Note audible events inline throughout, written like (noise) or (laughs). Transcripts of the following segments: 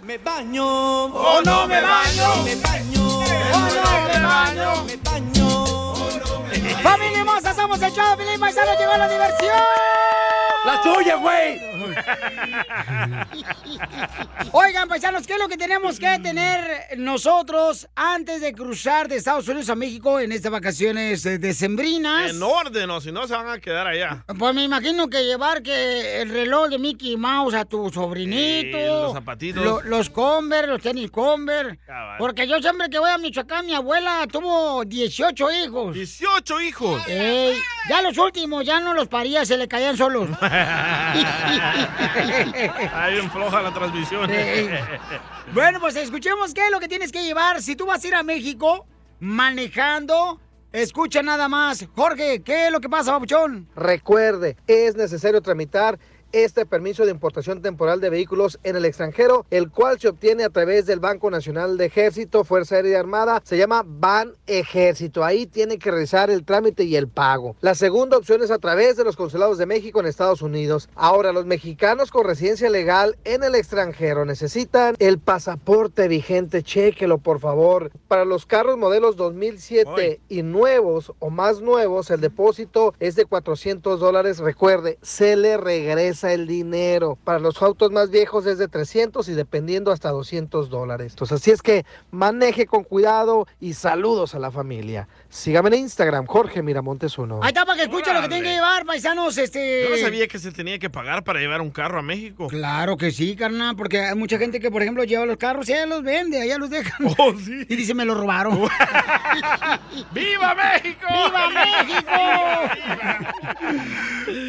Me baño. O Oh, no me baño. Me baño. Oh, no me baño. Me baño. ¡Familia hermosa! ¡Somos el show! ¡Feliz Maizano! ¡Llegó la diversión! ¡La tuya, güey! (laughs) Oigan, paisanos, ¿qué es lo que tenemos que tener nosotros antes de cruzar de Estados Unidos a México en estas vacaciones eh, decembrinas? En orden, o si no se van a quedar (laughs) allá. Pues me imagino que llevar que el reloj de Mickey Mouse a tu sobrinito. Sí, los zapatitos. lo- los Converse, los tenis Converse. Cabal. Porque yo siempre que voy a Michoacán, mi abuela tuvo 18 hijos. 18 hijos. Ey, ya los últimos, ya no los paría, se le (laughs) caían solos. Ahí bien floja la transmisión. Sí. Bueno, pues escuchemos qué es lo que tienes que llevar. Si tú vas a ir a México manejando, escucha nada más. Jorge, ¿qué es lo que pasa, papuchón? Recuerde, es necesario tramitar este permiso de importación temporal de vehículos en el extranjero, el cual se obtiene a través del Banco Nacional de Ejército, Fuerza Aérea y Armada, se llama Ban Ejército. Ahí tiene que realizar el trámite y el pago. La segunda opción es a través de los consulados de México en Estados Unidos. Ahora, los mexicanos con residencia legal en el extranjero necesitan el pasaporte vigente, chéquelo por favor. Para los carros modelos 2007 Ay. y nuevos o más nuevos, el depósito es de 400 dólares. Recuerde, se le regresa el dinero. Para los autos más viejos es de 300 y dependiendo hasta 200 dólares. Entonces, así es que maneje con cuidado y saludos a la familia. Sígame en Instagram, Jorge Miramontes 1. Ahí está para que escuchen lo que tienen que llevar, paisanos. Este... Yo no sabía que se tenía que pagar para llevar un carro a México. Claro que sí, carnal, porque hay mucha gente que, por ejemplo, lleva los carros y allá los vende, allá los dejan. (laughs) Oh, sí. Y dice, me lo robaron. (laughs) ¡Viva México! ¡Viva México!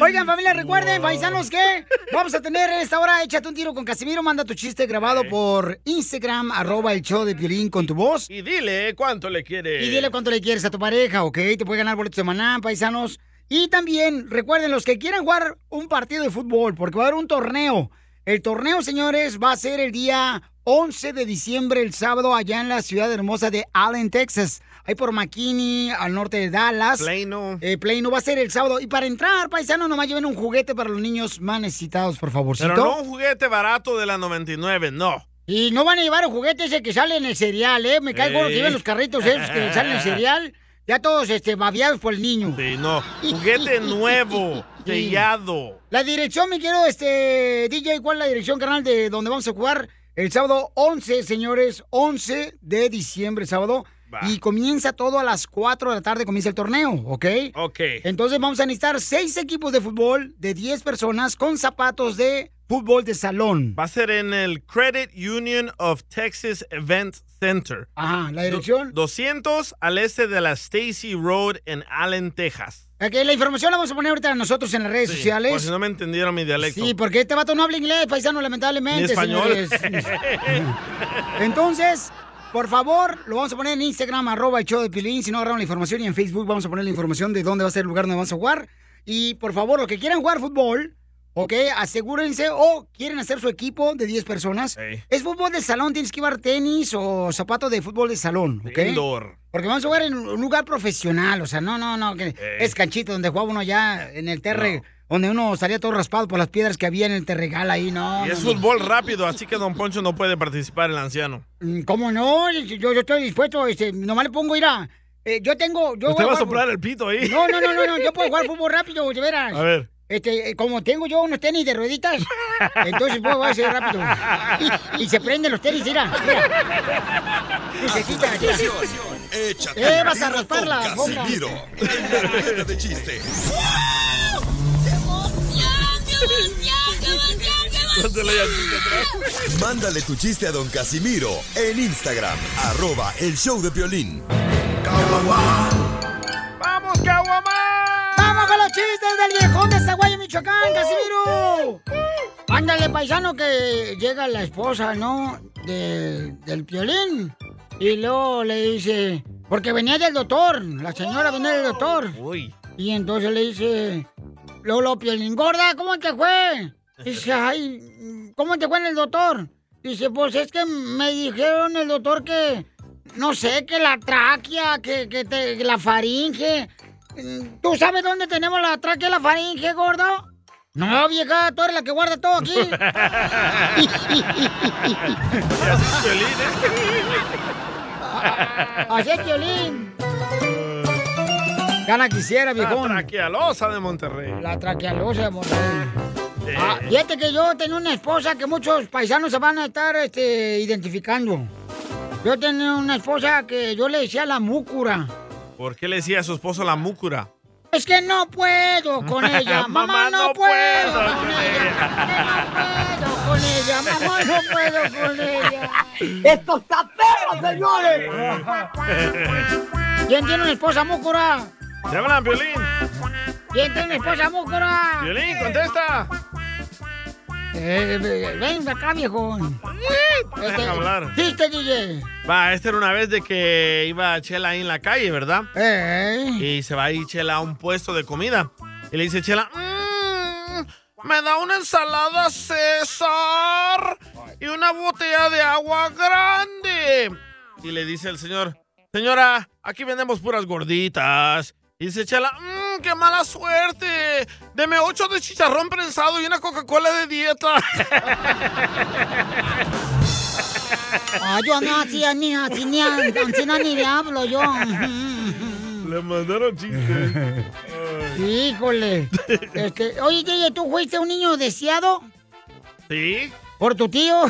(laughs) Oigan, familia, recuerden, paisanos, que vamos a tener en esta hora Échate un tiro con Casimiro. Manda tu chiste grabado por Instagram, arroba el show de violín con tu voz. Y dile cuánto le quiere. Y dile cuánto le quieres a tu pareja, ¿ok? Te puede ganar boletos de maná, paisanos. Y también, recuerden, los que quieran jugar un partido de fútbol, porque va a haber un torneo. El torneo, señores, va a ser el día 11 de diciembre, el sábado, allá en la ciudad hermosa de Allen, Texas. Ahí por McKinney, al norte de Dallas. Plano. Eh, Play no va a ser el sábado. Y para entrar, paisanos, nomás lleven un juguete para los niños más necesitados, por favorcito. Pero no un juguete barato de la 99, no. Y no van a llevar el juguete ese que sale en el cereal, ¿eh? Me caigo que Ey. llevan los carritos esos que salen en el cereal. Ya todos este, babeados por el niño. Sí, no. Juguete (laughs) nuevo, sellado. La dirección, me quiero, este, DJ, ¿cuál es la dirección, canal, de donde vamos a jugar? El sábado 11, señores, 11 de diciembre, sábado. Va. Y comienza todo a las 4 de la tarde, comienza el torneo, ¿ok? Ok. Entonces vamos a necesitar seis equipos de fútbol de 10 personas con zapatos de fútbol de salón. Va a ser en el Credit Union of Texas Event Center. Ajá, la dirección. 200 al este de la Stacy Road en Allen, Texas. Ok, la información la vamos a poner ahorita nosotros en las redes Sí, Por sociales. si no me entendieron mi dialecto. Sí, porque este vato no habla inglés, paisano, lamentablemente, Ni español. señores. (laughs) (laughs) Entonces, por favor, lo vamos a poner en Instagram, arroba el show de Pilín, si no agarraron la información, y en Facebook vamos a poner la información de dónde va a ser el lugar donde vamos a jugar. Y por favor, los que quieran jugar fútbol, ok, asegúrense o quieren hacer su equipo de 10 personas. Ey. Es fútbol de salón, tienes que llevar tenis o zapatos de fútbol de salón, ok. Indoor. Porque vamos a jugar en un lugar profesional, o sea, no, no, no, que es canchito donde jugaba uno ya en el terre, donde uno salía todo raspado por las piedras que había en el terregal ahí, no. Y es no, no. fútbol rápido, así que Don Poncho no puede participar el anciano. Mm, ¿Cómo no? Yo, yo estoy dispuesto, este, nomás le pongo ir a... eh, yo tengo... Yo Usted va voy a jugar soplar el pito fu- ahí. No, no, no, no, no, yo puedo (laughs) jugar fútbol rápido, de veras. A ver. Este, eh, como tengo yo unos tenis de rueditas, entonces puedo hacer rápido. Y, se prenden los tenis, mira. mira. Lucecita, mira. Échate Eh, un vas a tiro raspar con la boca. Casimiro. En la ruleta de chistes. Mándale tu chiste a don Casimiro en Instagram, arroba el show de violín. ¡Vamos, Caguamán! ¡Vamos con los chistes del viejón de Zaguayo, Michoacán, Casimiro! Ándale, paisano, que llega la esposa, ¿no? De- del violín. Y luego le dice... Porque venía del doctor, la señora venía del doctor. Uy. Y entonces le dice, Lolo Piolín, gorda, ¿cómo te fue? Dice, ay, ¿cómo te fue en el doctor? Dice, pues es que me dijeron el doctor que, no sé, que la tráquea, que, que te- que la faringe. ¿Tú sabes dónde tenemos la tráquea y la faringe, gordo? No, vieja, tú eres la que guarda todo aquí. (laughs) Así es, Piolín. (laughs) Gana quisiera, La viejón. traquealosa de Monterrey. La traquealosa de Monterrey. Eh, Ah, fíjate que yo tenía una esposa que muchos paisanos se van a estar este, identificando. Yo tenía una esposa que yo le decía la múcura. ¿Por qué le decía a su esposo la (laughs) múcura? Es que no puedo con (laughs) ella, mamá, no, puedo, con ella, no puedo con ella, mamá, no puedo con ella. (laughs) ¡Esto está perro, señores! pues. ¿Quién tiene una esposa múcura? Llámala a Violín. Eh, ¿Quién tiene una esposa múcura? Violín, contesta. Eh, eh, ven acá, viejo. Este, hablar. Chiste, DJ. Va, esta era una vez de que iba Chela ahí en la calle, ¿verdad? Eh, Y se va ahí Chela a un puesto de comida. Y le dice Chela, "Mm, me da una ensalada César y una botella de agua grande. Y le dice el señor, señora, aquí vendemos puras gorditas. Y dice Chela, "Mm, qué mala suerte. Deme ocho de chicharrón prensado y una Coca-Cola de (laughs) dieta. ah, yo no hacía ni así, ni así, ni diablo, yo. le mandaron chistes. Híjole. Este, oye, DJ, ¿tú fuiste un niño deseado ¿Sí? por (laughs) tu tío?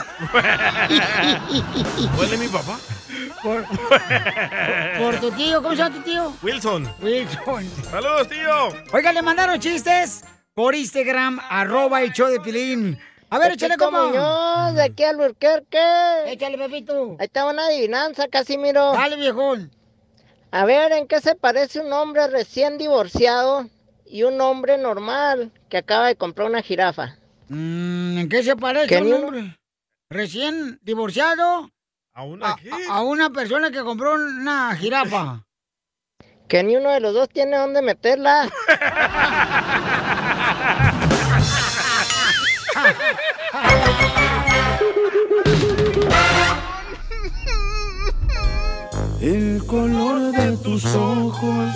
¿Huele mi papá? Por, por tu tío, ¿cómo se llama tu tío? Wilson. Wilson. Saludos, tío. Oiga, le mandaron chistes por Instagram, arroba el show de Pilín. A ver, Este échale como. Muñoz, de aquí al Burquerque. Échale, Pepito. Ahí está una adivinanza, Casimiro. Dale, viejón. A ver, ¿en qué se parece un hombre recién divorciado y un hombre normal que acaba de comprar una jirafa? Mm, ¿En qué se parece ¿Qué un número? hombre recién divorciado ¿Aún a, aquí? a- a una persona que compró una jirafa? Que ni uno de (laughs) los dos tiene dónde meterla. El color de tus ojos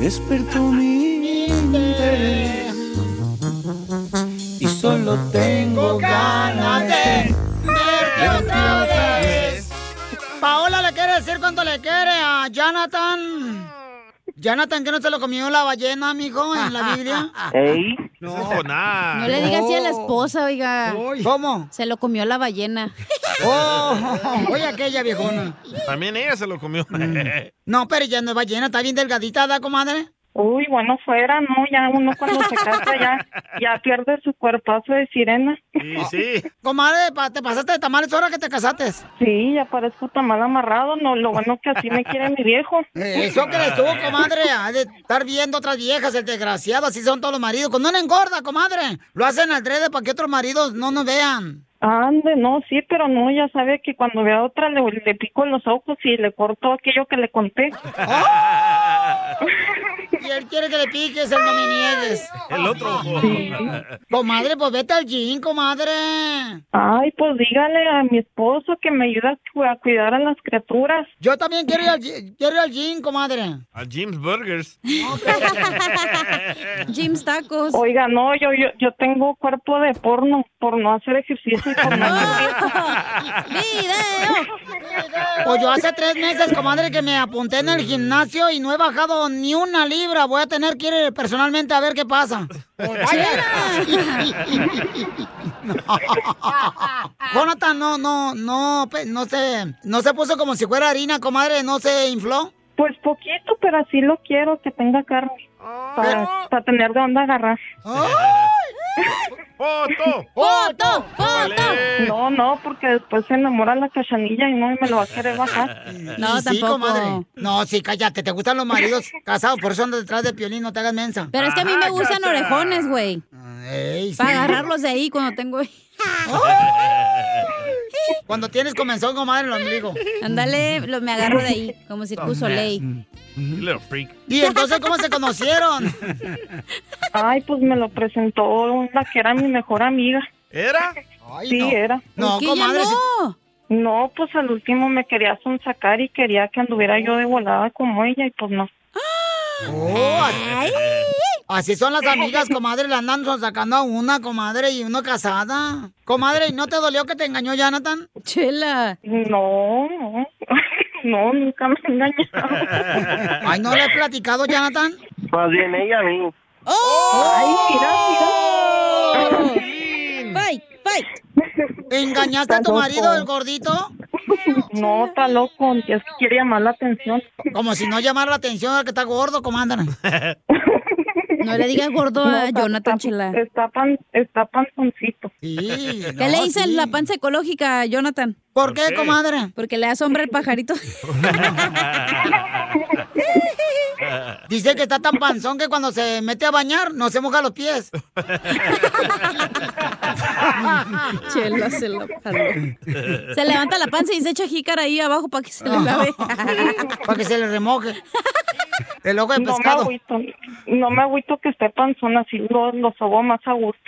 despertó mi interés y solo tengo ganas de verte otra vez. Paola le quiere decir cuánto le quiere a Jonathan. Jonathan, que no se lo comió la ballena, mijo, en la Biblia. No. es Jonás. Ah, No le diga así a la esposa, oiga. ¿Cómo? Se lo comió la ballena. (laughs) Oh, oye aquella viejona. También ella se lo comió. Mm. No, pero ya no es ballena, está bien delgadita, ¿da, comadre? Uy, bueno, fuera, ¿no? Ya uno cuando se casa ya, ya pierde su cuerpazo de sirena. (laughs) y sí, Comadre, pa- te pasaste de tamales ahora que te casaste. Sí, ya parezco tamal amarrado, no, lo bueno que así me quiere mi viejo. Eh, Eso que eres tú, comadre. Ha de estar viendo otras viejas, el desgraciado. Así son todos los maridos. Cuando una engorda, comadre, lo hacen al para que otros maridos no nos vean. Ande, no, sí, pero no, ya sabe que cuando vea otra le, le pico los ojos y le corto aquello que le conté. (laughs) Y él quiere que le piques, él no me niegues. el otro ojo. (laughs) Comadre, pues vete al gym, comadre. Ay, pues dígale a mi esposo que me ayuda a cu- a cuidar a las criaturas. Yo también quiero ir al, gi- quiero ir al gym, comadre. (laughs) A Jim's Burgers. James Tacos. Oiga, no, yo, yo, yo tengo cuerpo de porno por no hacer ejercicio y por no hacer dieta. ¡Video! Pues yo hace tres meses, comadre, que me apunté en el gimnasio y no he bajado ni una libra. Voy a tener que ir eh, personalmente a ver qué pasa. Pues (laughs) vaya. (laughs) No. Jonathan, no, no, no, pe- no se, no se puso como si fuera harina, comadre, no se infló. Pues poquito, pero así lo quiero, que tenga carne. Para, para tener de dónde agarrar. ¡Foto! ¡Foto! ¡Foto! ¡Vale! No, no, porque después se enamora la cachanilla y no y me lo va a querer bajar. No, (laughs) Y tampoco. No, sí, cállate, te gustan los maridos (laughs) casados, por eso andas detrás de piolín, no te hagas mensa. Pero es que a mí me Ah, gustan cacha. orejones, güey. Ey, sí. (laughs) Para (laughs) agarrarlos de ahí cuando tengo. Cuando tienes comenzó, comadre, lo ombligo. Ándale, lo- me agarro de ahí, como circuso ley. Mm, Little freak. Y entonces, ¿cómo se conocieron? Ay, pues me lo presentó la que era mi mejor amiga. (laughs) ¿Era? Ay, Sí, no. era. No, ¿Qué ya comadre, si- no? No, pues al último me quería sonsacar y quería que anduviera yo de volada como ella y pues no. Oh, así, así son las amigas, comadre, le andan sacando a una, comadre, y uno casada. Comadre, ¿y no te dolió que te engañó Jonathan? Chela. No, no. No, nunca me he engañado. Ay, ¿no le he platicado, Jonathan? Más bien ella a mí. ¡Oh! Fight, fight. ¿Engañaste a tu marido, el gordito? No, está loco, es que quiere llamar la atención. Como si no llamara la atención al que está gordo, (laughs) comándana. No le digas gordo a Jonathan Chela. Está, pan, está panzoncito. (laughs) ¿Qué le dice la panza ecológica a Jonathan? ¿Por qué, comadre? Porque le da sombra al (laughs) pajarito. Dice que está tan panzón que cuando se mete a bañar no se moja los pies. Chela se la jaló. Se levanta la panza y se echa jícara ahí abajo para que se le (laughs) lave. para que se le remoje. El ojo de No me pescado. agüito, no me agüito que esté panzón, así lo, lo sobo más a gusto.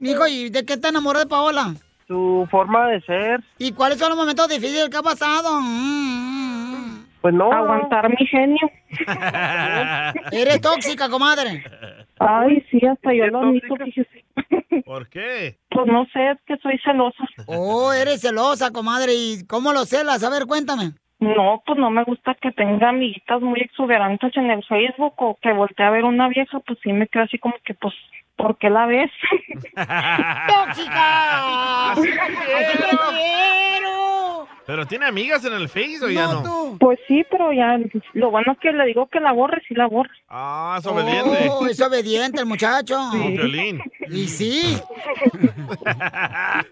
Mijo, ¿y de qué te enamoró de Paola? Su forma de ser, ¿Y cuáles son los momentos difíciles que ha pasado? Mm, mm. pues no. Aguantar mi genio. Eres tóxica, comadre. Ay, sí, hasta yo lo admito, fíjese. ¿Por qué? Pues no sé, es que soy celosa. Oh, eres celosa, comadre. ¿Y cómo lo celas? A ver, cuéntame. No, pues no me gusta que tenga amiguitas muy exuberantes en el Facebook o que voltee a ver una vieja, pues sí me quedo así como que, pues, ¿por qué (laughs) la ves? ¡Tóxica! Pero tiene amigas en el Face o ya no. Pues sí, pero ya, lo bueno es que le digo que la borre, sí la borre. Ah, (laughs) es obediente. Oh, es obediente el muchacho. Como Piolín. Y sí.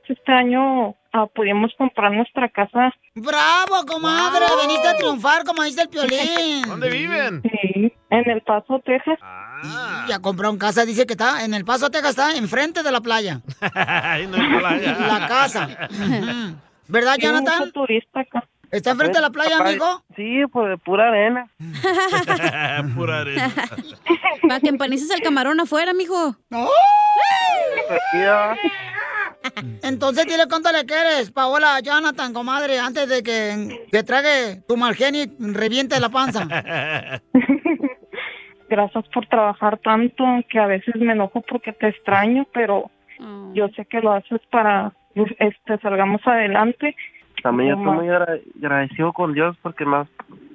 Este año ah, pudimos comprar nuestra casa. ¡Bravo, comadre! Veniste a triunfar, como dice el piolín. ¿Dónde viven? Sí, en El Paso, Texas. Ah. Y a comprar un casa, dice que está en El Paso, Texas, está enfrente de la playa. Ay, no hay playa. La (laughs) casa. Ujú. ¿Verdad, Sí, Jonathan? mucho turista acá. ¿Está enfrente de la playa, Papá, amigo? Sí, pues de pura arena. Pura arena. (laughs) Para que empanices el camarón afuera, mijo. No. Aquí, ah, Entonces dile cuánto le quieres, Paola, a Jonathan, comadre, antes de que te trague tu mal genio y reviente la panza. (laughs) Gracias por trabajar tanto, que a veces me enojo porque te extraño, pero yo sé que lo haces para este salgamos adelante. También yo No estoy más. muy agra- agradecido con Dios porque me, has-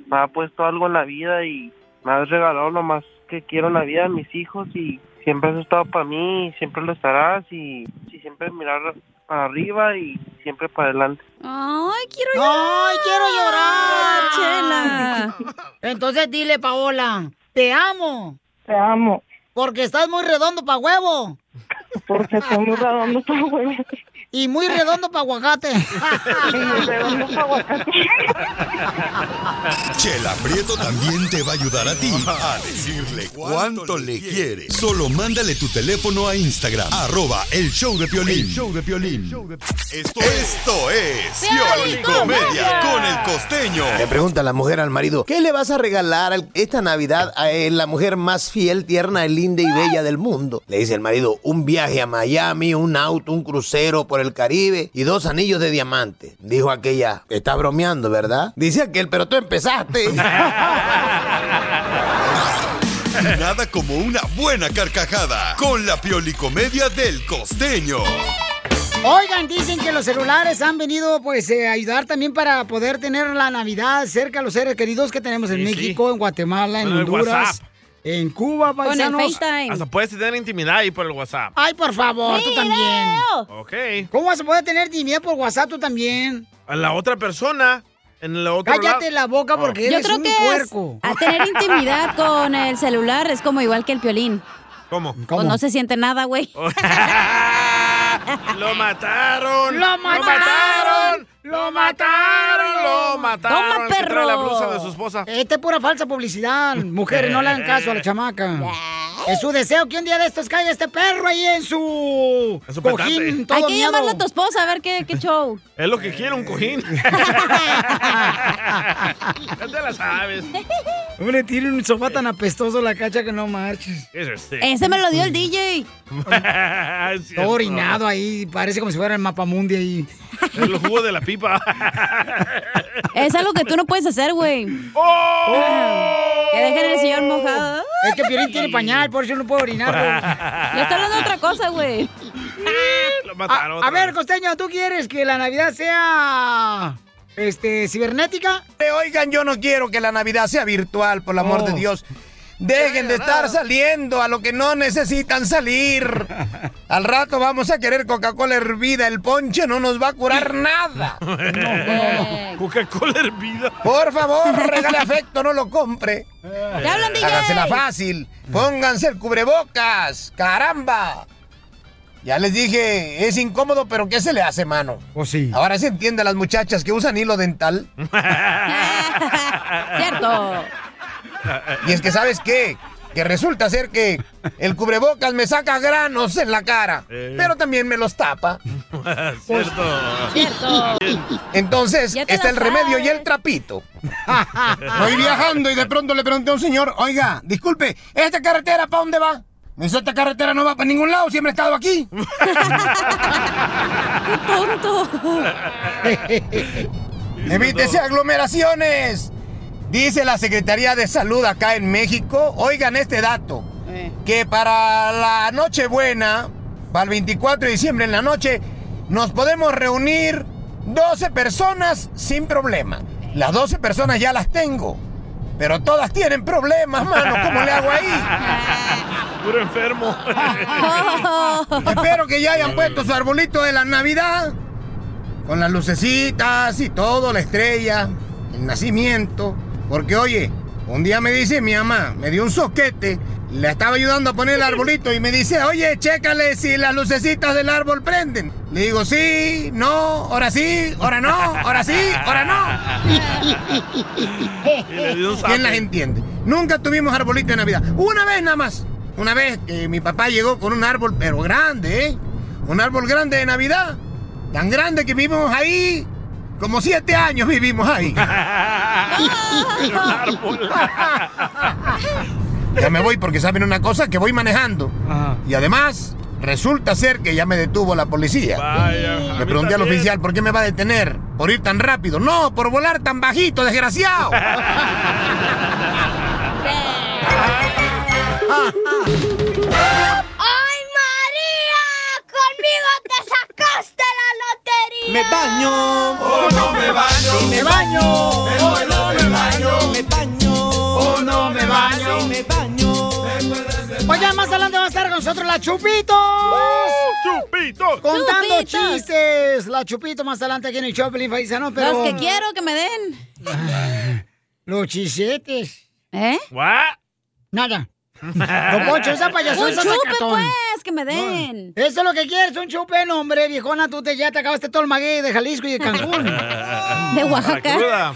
me ha puesto algo en la vida y me has regalado lo más que quiero en la vida a mis hijos y siempre has estado para mí y siempre lo estarás y, y siempre mirar para arriba y siempre para adelante. Ay, quiero llorar. ¡Ay, quiero llorar! Chela. Entonces dile, Paola, te amo, Te amo, porque estás muy redondo pa' huevo porque soy muy redondo para huevo. y muy redondo pa' (laughs) aguacate. redondo pa' aguacate. Chela Prieto también te va a ayudar a ti a decirle cuánto le quiere. Solo mándale tu teléfono a Instagram, arroba el show de Piolín. Esto, esto es Pioli Comedia con el costeño. Le pregunta la mujer al marido, ¿qué le vas a regalar al- esta Navidad a eh, la mujer más fiel, tierna, linda y bella del mundo? Le dice el marido, "Uh, un viaje a Miami, un auto, un crucero por el Caribe y dos anillos de diamante. Dijo aquella, está bromeando, ¿verdad? Dice aquel, pero tú empezaste. Nada como una buena carcajada con la Pioli Comedia del costeño. Oigan, dicen que los celulares han venido pues eh, a ayudar también para poder tener la Navidad cerca a los seres queridos que tenemos en Sí, sí. México, en Guatemala, en Con el Honduras, WhatsApp. en Cuba, Con el paisanos. FaceTime. Hasta puedes tener intimidad ahí por el WhatsApp. Ay, por favor, tú también. ¡Video! Ok. ¿Cómo vas a poder tener intimidad por WhatsApp tú también? A la otra persona en el otro Cállate lado. la boca Oh. porque Yo eres creo un que es- puerco. a tener intimidad con el celular es como igual que el piolín. ¿Cómo? ¿Cómo? Pues no se siente nada, güey. (laughs) ¡Lo mataron! ¡Lo mataron! ¡Lo mataron! ¡Lo mataron! Toma, El que trae la perro. blusa de su esposa. Esta es pura falsa publicidad. Mujeres, no le hagan caso a (laughs) la chamaca. Es su deseo que un día de estos caiga este perro ahí en su, En su cojín petate. todo Hay que llamarle a miado. tu esposa a ver qué, qué (laughs) show. Es lo que quiere un cojín. ya te la sabes. Hombre, tiene un sofá tan apestoso la cacha que no marches. Ese es este. Ese me lo dio el DJ. (laughs) Es cierto. Todo orinado ahí, parece como si fuera el mapamundi ahí. El jugo de la pipa. Es algo que tú no puedes hacer, güey. ¡Oh! Ah, Que dejen el señor mojado. ¡Ah! Es que Piolín tiene pañal, por eso no puedo orinar. (laughs) Le está hablando de otra cosa, (laughs) güey. Lo mataron. A, ver, costeño, ¿tú quieres que la Navidad sea este cibernética? Eh, Oigan, yo no quiero que la Navidad sea virtual, por el amor Oh. de Dios. Dejen de estar saliendo a lo que no necesitan (laughs) salir. Al rato vamos a querer Coca-Cola hervida. El ponche no nos va a curar nada. Coca-Cola hervida. Por favor, regale afecto, no lo compre. Hágansela Eh, fácil. Pónganse el cubrebocas. Caramba. Ya les dije, es incómodo, pero ¿qué se le hace, mano? Pues sí. Ahora se entiende a las muchachas que usan (laughs) hilo dental. Cierto. Y es que, ¿sabes qué? Que resulta ser que el cubrebocas me saca granos en la cara, Eh. pero también me los tapa. (laughs) Cierto. Entonces, Ya te está la el remedio y el trapito. (laughs) Voy viajando y de pronto le pregunté a un señor, oiga, disculpe, ¿esta carretera para dónde va? Me dice, esta carretera no va para ningún lado, siempre he estado aquí. ¡Qué tonto! (laughs) Evítese aglomeraciones. Dice la Secretaría de Salud acá en México, oigan este dato, Eh. que para la Nochebuena, para el 24 de diciembre en la noche, nos podemos reunir 12 personas sin problema. Las 12 personas ya las tengo, pero todas tienen problemas, mano, ¿cómo le hago ahí? Puro enfermo. (laughs) Espero que ya hayan puesto su arbolito de la Navidad. Con las lucecitas y todo, la estrella, el nacimiento. Porque oye, un día me dice mi mamá, me dio un soquete, le estaba ayudando a poner el arbolito y me dice, oye, chécale si las lucecitas del árbol prenden. Le digo, sí, no, ahora sí, ahora no, ahora sí, ahora no. ¿Quién las entiende? Nunca tuvimos arbolito de Navidad. Una vez nada más. Una vez que mi papá llegó con un árbol, pero grande, ¿eh? Un árbol grande de Navidad. Tan grande que vivimos ahí. Como siete años vivimos ahí. (laughs) ya me voy porque saben una cosa, que voy manejando. Y además, resulta ser que ya me detuvo la policía. Vaya, a le mí pregunté al también. oficial, ¿por qué me va a detener? ¿Por ir tan rápido? No, por volar tan (laughs) bajito, desgraciado. ¡Ay, María! ¡Conmigo te sacaste la lotería! Me baño. ¡Oh, no me baño! Sí, me baño. ¡Oh, no me baño! Me baño. ¡Oh, no me baño! Sí, me baño. Oye, Pues más adelante va a estar con nosotros la Chupito. ¡Uh, Chupito. Contando Chupitos. chistes. La Chupito más adelante aquí en el Choplin Paisano, pero. Los que quiero que me den. Los chisetes. ¿Eh? ¿What? Nada. Don Poncho, esa Un payasada. chupe, pues, que me den. Eso es lo que quieres, un chupe, no, hombre, viejona, tú te, ya te acabaste todo el maguey de Jalisco y de Cancún. (laughs) De Oaxaca.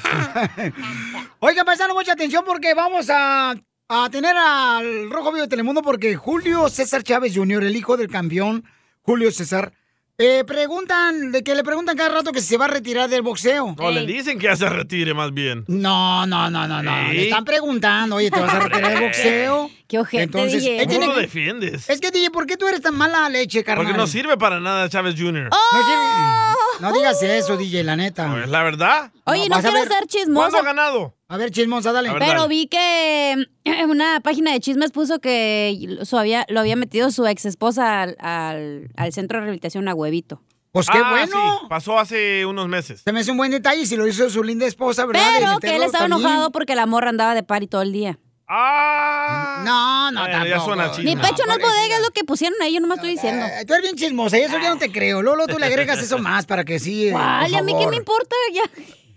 Oiga, paisano, mucha atención porque vamos a, a tener al Rojo Vivo de Telemundo porque Julio César Chávez Jr., el hijo del campeón Julio César, eh, preguntan, de que le preguntan cada rato que si se va a retirar del boxeo. No, le dicen que ya se retire más bien. No, no, no, no, no. Le Sí. están preguntando, oye, ¿te vas a retirar (laughs) del boxeo? Qué ojete, Entonces, DJ. él tiene ¿Cómo lo que- defiendes? Es que, DJ, ¿por qué tú eres tan mala leche, carnal? Porque no sirve para nada Chávez Jr. Oh. No sirve- no digas eso, DJ, la neta. Es la verdad. Oye, no, vas a quiero ver. ser chismosa. ¿Cuándo ha ganado? A ver, chismosa, dale. Pero vi que eh, una página de chismes puso que su había, lo había metido su ex esposa al, al- al centro de rehabilitación a huevito. Pues qué Ah, bueno. sí, pasó hace unos meses. Se me hace un buen detalle si lo hizo su linda esposa, ¿verdad? De Pero que él meterlo estaba también. enojado porque la morra andaba de party todo el día. No, Bueno, no, Ah. Eh, ya tampoco. suena Mi chisme. pecho no es pobrecita. bodega, es lo que pusieron ahí, yo nomás estoy diciendo. Eh, Tú eres bien chismosa y eso yo no te creo. Lolo, tú le agregas eso más para que sí. (laughs) eh, ¿Cuál? por ¿A mí qué favor. me importa? Ya.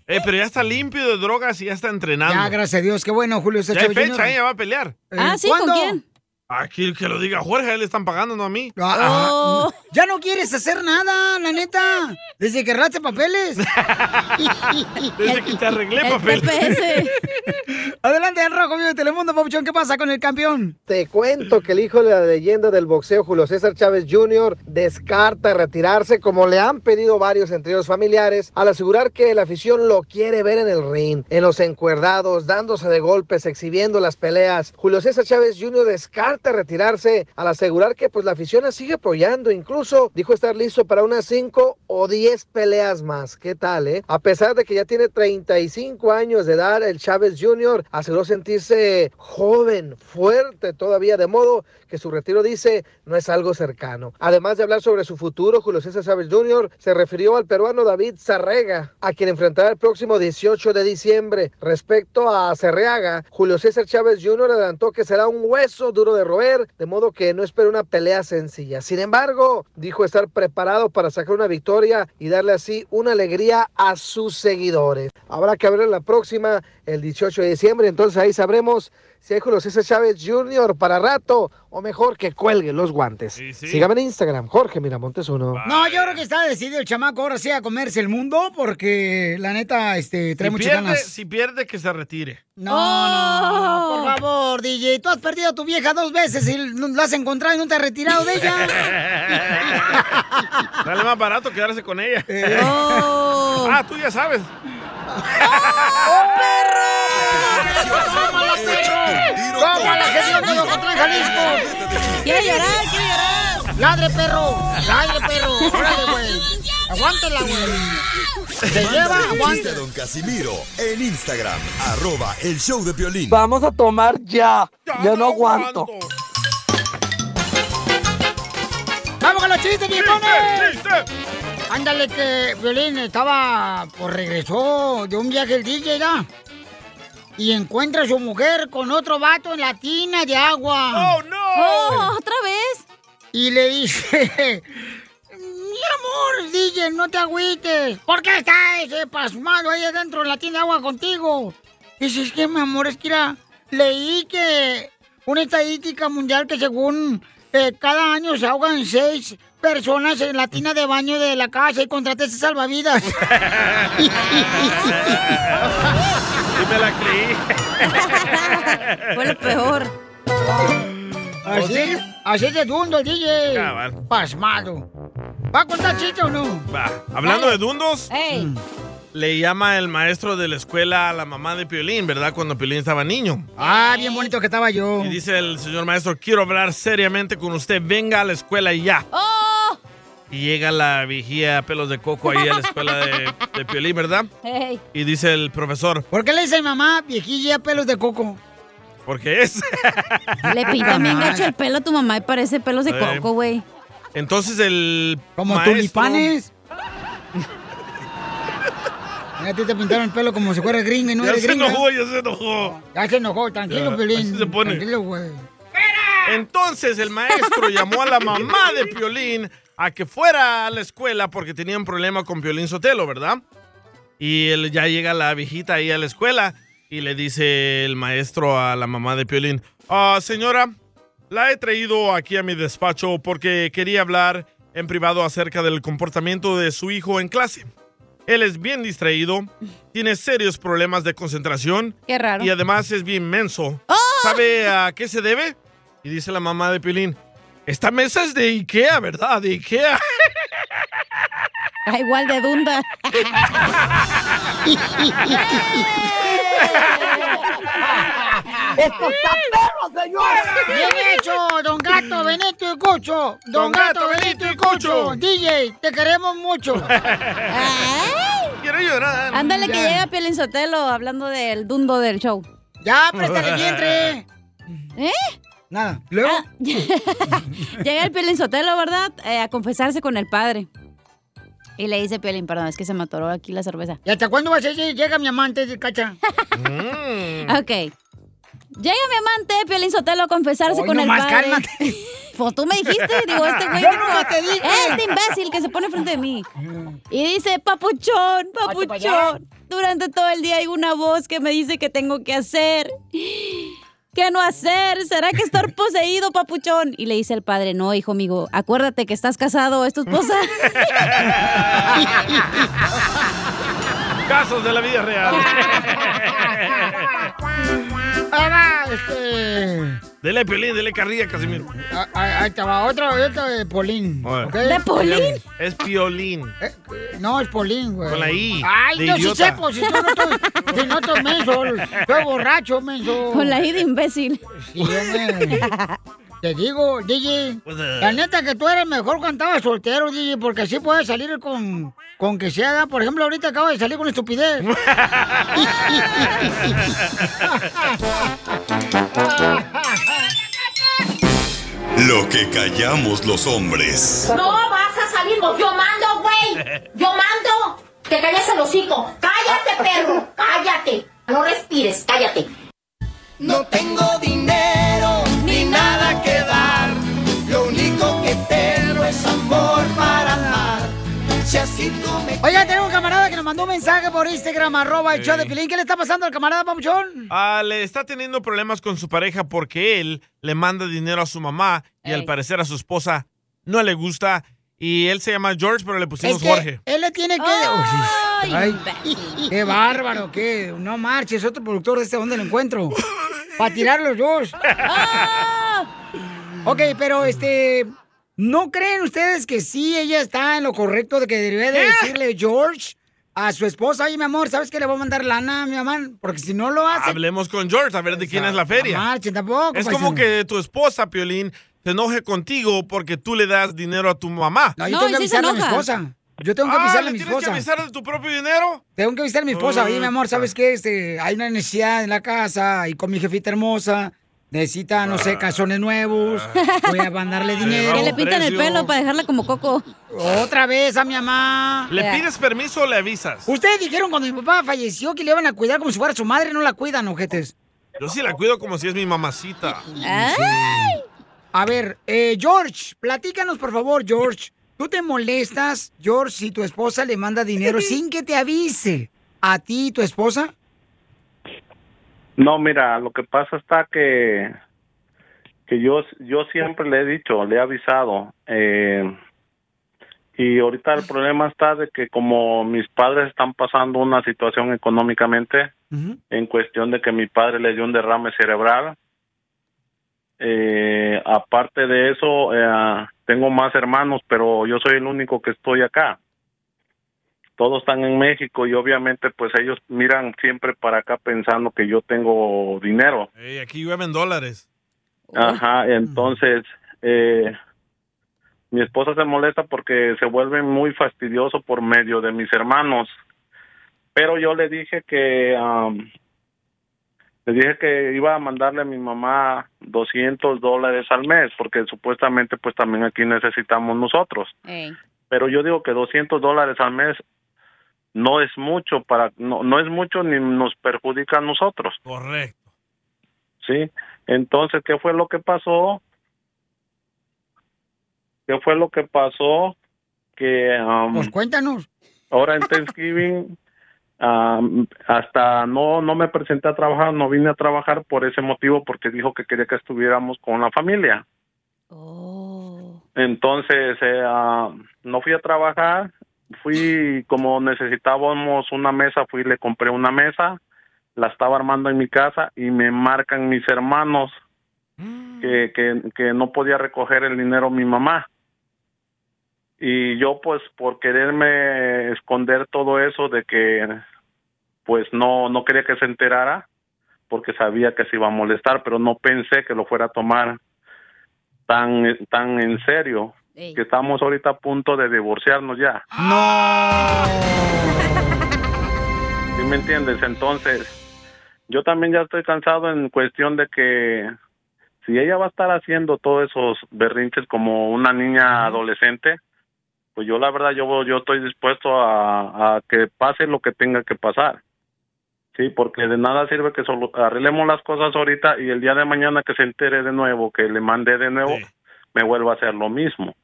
Eh, pero ya está limpio de drogas y ya está entrenando. Ya, gracias a Dios. Qué bueno, Julio Ya César hay Chávez fecha, ¿eh? Jr. ella va a pelear. Eh, ¿cuándo? Aquí el que lo diga Jorge, le están pagando, no a mí. Ah, Oh. Ya no quieres hacer nada, la neta. Desde que arreglaste papeles. (laughs) Desde que te arreglé papeles. (laughs) Adelante, el rojo vivo de Telemundo, Papuchón. ¿Qué pasa con el campeón? Te cuento que el hijo de la leyenda del boxeo, Julio César Chávez Jr., descarta retirarse como le han pedido varios entre ellos familiares, al asegurar que la afición lo quiere ver en el ring, en los encuerdados, dándose de golpes, exhibiendo las peleas. Julio César Chávez Jr. descarta retirarse al asegurar que pues la afición la sigue apoyando. Incluso dijo estar listo para unas 5 o 10 peleas más. ¿Qué tal, eh? A pesar de que ya tiene 35 años de edad, el Chávez Jr. aseguró sentirse joven, fuerte todavía, de modo que su retiro dice no es algo cercano. Además de hablar sobre su futuro, Julio César Chávez Jr. se refirió al peruano David Zarrega, a quien enfrentará el próximo 18 de diciembre. Respecto a Zarreaga, Julio César Chávez Jr. adelantó que será un hueso duro de roer, de modo que no espera una pelea sencilla. Sin embargo, dijo estar preparado para sacar una victoria y darle así una alegría a sus seguidores. Habrá que abrir la próxima, el 18 de diciembre, entonces ahí sabremos si hay Julio César Chávez Jr. para rato o mejor que cuelgue los guantes. Sígame en Instagram, Jorge Miramontes uno. No, yo creo que está decidido el chamaco ahora sí a comerse el mundo porque la neta este, trae si, muchas pierde, ganas. si pierde, que se retire. No, no, no, por favor, DJ. Tú has perdido a tu vieja dos veces y la has encontrado y no te has retirado de (laughs) ella. (laughs) Dale más barato quedarse con ella. Eh. Ah, tú ya sabes. ¡Tómala, perro! ¡Tómala, que Dios te lo encontró en Jalisco! Quiere llorar, quiere llorar! ¡Ladre, perro! ¡Ladre, perro! ¡Órale, güey! ¡Aguántala, güey! ¡Se lleva, Mándale un chiste aguanta! a don Casimiro en Instagram, arroba el show de Piolín. Vamos a tomar ya. Ya no aguanto. ¡Vamos con los chistes, viejones! Ándale, que Violín estaba, pues regresó de un viaje el DJ, ¿ya? Y encuentra a su mujer con otro vato en la tina de agua. ¡Oh, no! ¡Oh, otra vez! Y le dice, mi amor, DJ, no te agüites. ¿Por qué está ese pasmado ahí adentro en la tienda de agua contigo? Dice, es que mi amor, es que era- leí que una estadística mundial que según eh, cada año se ahogan seis personas en la tina de baño de la casa y contraté ese salvavidas. ¿Ah, Y me la (laughs) creí. Fue lo peor. Así, así de dundo el DJ. Cabal. Pasmado. ¿Va a contar chiste o no? Va, Hablando Dale. de dundos, Mm. le llama el maestro de la escuela a la mamá de Piolín, ¿verdad? Cuando Piolín estaba niño. Ah, bien bonito que estaba yo. Y dice el señor maestro, quiero hablar seriamente con usted, venga a la escuela ya. ¡Oh! Y llega la vigía pelos de coco ahí a la escuela de, de Piolín, ¿verdad? Hey. Y dice el profesor, ¿Por qué le dice mamá viejilla pelos de coco? porque es. Le (laughs) pinta bien gacho el pelo a tu mamá y parece pelos de Eh. coco, güey. Entonces el Como maestro- tulipanes. Mira, A ti te pintaron el pelo como si fuera gringa y no ya eres se gringa. enojó, ya se enojó. Ya se enojó, tranquilo, Ya, Piolín. así se pone. Tranquilo, güey. Entonces el maestro llamó (laughs) a la mamá de Piolín a que fuera a la escuela porque tenían problema con Piolín Sotelo, ¿verdad? Y él ya llega la viejita ahí a la escuela y le dice el maestro a la mamá de Piolín, "Ah, señora, la he traído aquí a mi despacho porque quería hablar en privado acerca del comportamiento de su hijo en clase. Él es bien distraído, tiene serios problemas de concentración Qué raro. y además es bien menso. ¿Sabe a qué se debe? Y dice la mamá de Pilín, esta mesa es de Ikea, ¿verdad? De (laughs) Ikea. Da Ah, igual de dunda. (laughs) ¡Esto está perro, señores! Bien hecho, don Gato, Benito y Cucho. Don, Gato, Benito y Cucho. DJ, te (laughs) queremos mucho. Quiero llorar. Ándale que Ya. llega Piolín Sotelo hablando del dundo del show. Ya, préstale vientre. ¿Eh? Nada. Luego. Llega el Piolín Sotelo, ¿verdad? Eh, a confesarse con el padre. Y le dice Piolín, perdón, es que se me atoró aquí la cerveza. ¿Y hasta cuándo vas a decir, llega mi amante, cacha? (laughs) Mm. Mm. Ok. Llega mi amante, Piolín Sotelo, a confesarse Hoy con el nomás, padre. cálmate. Pues tú me dijiste, digo, este güey. Yo no- nomás te dije. Este imbécil que se pone frente a mí. Y dice, papuchón, Ah, pa' allá. papuchón. Durante todo el día hay una voz que me dice que tengo que hacer. ¿Qué no hacer? ¿Será que estar poseído, papuchón? Y le dice el padre, no, hijo amigo, acuérdate que estás casado, es tu esposa. Casos de la vida (laughs) real. Ahora, Ah, este. dele Pelín, dele carrilla, Casimiro. a- a- Ahí te va otra otra de Polín. A ver. ¿ok? Es Piolín. No, es Polín, güey. Con la I, Ay, de yo sí idiota. sepo, si yo no estoy, si no estoy menso, estoy borracho, menso. Con la I de imbécil. Sí, hombre. Te digo, DJ, Pues, eh. la neta que tú eres mejor cuando estabas soltero, DJ, porque así puedes salir con, con que se haga. Por ejemplo, ahorita acabo de salir con estupidez. (laughs) Lo que callamos los hombres. No vas a salir, vos. yo mando, güey. Yo mando. Te calles el hocico. Cállate, perro. Cállate. No respires, cállate. No tengo dinero ni nada que dar. (laughs) Lo único que tengo es amor para dar. Si así tú me. Oiga, tengo un camarada que nos mandó un mensaje por Instagram, arroba el show de Pilín. ¿Qué le está pasando al camarada, papuchón? Ah, le está teniendo problemas con su pareja porque él le manda dinero a su mamá y al parecer a su esposa no le gusta. Y él se llama George, pero le pusimos Es que Jorge. Él le tiene que. Ay, ¡Qué bárbaro! ¿Qué? No marches, otro productor de este, ¿dónde lo encuentro? Para tirar los dos. ok, pero este. ¿No creen ustedes que sí ella está en lo correcto de que debería de decirle George a su esposa? Oye, mi amor, ¿sabes que le voy a mandar lana a mi mamá? Porque si no lo hace. Hablemos con George a ver de quién es la feria. No marchen tampoco. Es como paisano. que tu esposa, Piolín, se enoje contigo porque tú le das dinero a tu mamá. No, yo tengo que avisarle a mi esposa. Yo tengo que Ah, avisarle ¿le a mi tienes esposa. que avisar de tu propio dinero? Ah, Tengo que avisar a mi esposa. Oye, mi amor, ¿sabes qué? Este, hay una necesidad en la casa y con mi jefita hermosa. Necesita, no Ah. sé, calzones nuevos. (laughs) Voy a mandarle dinero. Ah, Que le pintan el pelo para dejarla como coco. Otra vez a mi mamá. ¿Le pides permiso o le avisas? Ustedes dijeron cuando mi papá falleció que le iban a cuidar como si fuera su madre. No la cuidan, ojetes. Yo sí la cuido como si es mi mamacita. A ver, eh, George, platícanos, por favor, George. ¿Tú te molestas, George, si tu esposa le (laughs) manda dinero sin que te avise a ti y tu esposa? No, mira, lo que pasa está que que yo yo siempre le he dicho, le he avisado eh, y ahorita el problema está de que como mis padres están pasando una situación económicamente en cuestión de que mi padre le dio un derrame cerebral. Eh, aparte de eso, eh, tengo más hermanos, pero yo soy el único que estoy acá. Todos están en México y obviamente pues ellos miran siempre para acá pensando que yo tengo dinero. Ey, aquí llueven dólares. Ajá, entonces eh, mi esposa se molesta porque se vuelve muy fastidioso por medio de mis hermanos. Pero yo le dije que am, le dije que iba a mandarle a mi mamá 200 dólares al mes porque supuestamente pues también aquí necesitamos nosotros. Pero yo digo que 200 dólares al mes no es mucho para no, no es mucho ni nos perjudica a nosotros. Correcto. ¿sí? Entonces, ¿qué fue lo que pasó? ¿Qué fue lo que pasó? Que um, Cuéntanos. ahora en Thanksgiving (laughs) um, hasta no, no me presenté a trabajar, no vine a trabajar por ese motivo, porque dijo que quería que estuviéramos con la familia. Entonces, eh, ah, no fui a trabajar, fui como necesitábamos una mesa, fui y le compré una mesa, la estaba armando en mi casa y me marcan mis hermanos que, que, que no podía recoger el dinero mi mamá. Y yo pues por quererme esconder todo eso de que pues no, no quería que se enterara porque sabía que se iba a molestar, pero no pensé que lo fuera a tomar tan, tan en serio que estamos ahorita a punto de divorciarnos ya. ¿Sí me entiendes? Entonces, yo también ya estoy cansado en cuestión de que si ella va a estar haciendo todos esos berrinches como una niña adolescente, pues yo la verdad yo yo estoy dispuesto a, a que pase lo que tenga que pasar. Sí, porque de nada sirve que solo arreglemos las cosas ahorita y el día de mañana que se entere de nuevo, que le mande de nuevo, Mm. me vuelva a hacer lo mismo.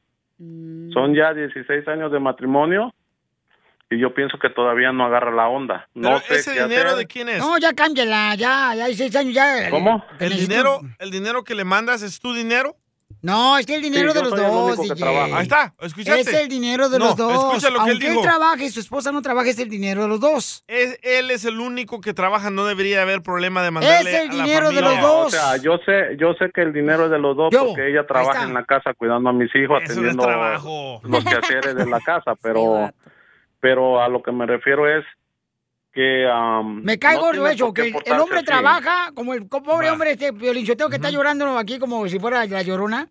Son ya 16 años de matrimonio y yo pienso que todavía no agarra la onda. No sé ese qué dinero hacer. de quién es? No, ya cámbiala, ya, ya hay seis años, ya. ¿Cómo? El dinero, el dinero que le mandas es tu dinero. No, es que el dinero Sí, de yo los soy el dos, único que DJ. trabaja. Ahí está, ¿escuchaste? Es el dinero de No, los dos. escucha lo que él Aunque dijo. trabaje y su esposa no trabaje, es el dinero de los dos. Es, él es el único que trabaja, no debería haber problema de mandarle Es el a la dinero de familia. los O dos. sea, yo sé, yo sé que el dinero es de los dos porque ella trabaja en la casa cuidando a mis hijos, Eso no es atendiendo trabajo. los quehaceres de la (laughs) casa, pero, pero a lo que me refiero es que am, Me cae no gordo tiene eso, por qué que el- el portarse hombre así. trabaja como el co- pobre hombre este violinchoteo que está llorando aquí como si fuera la llorona.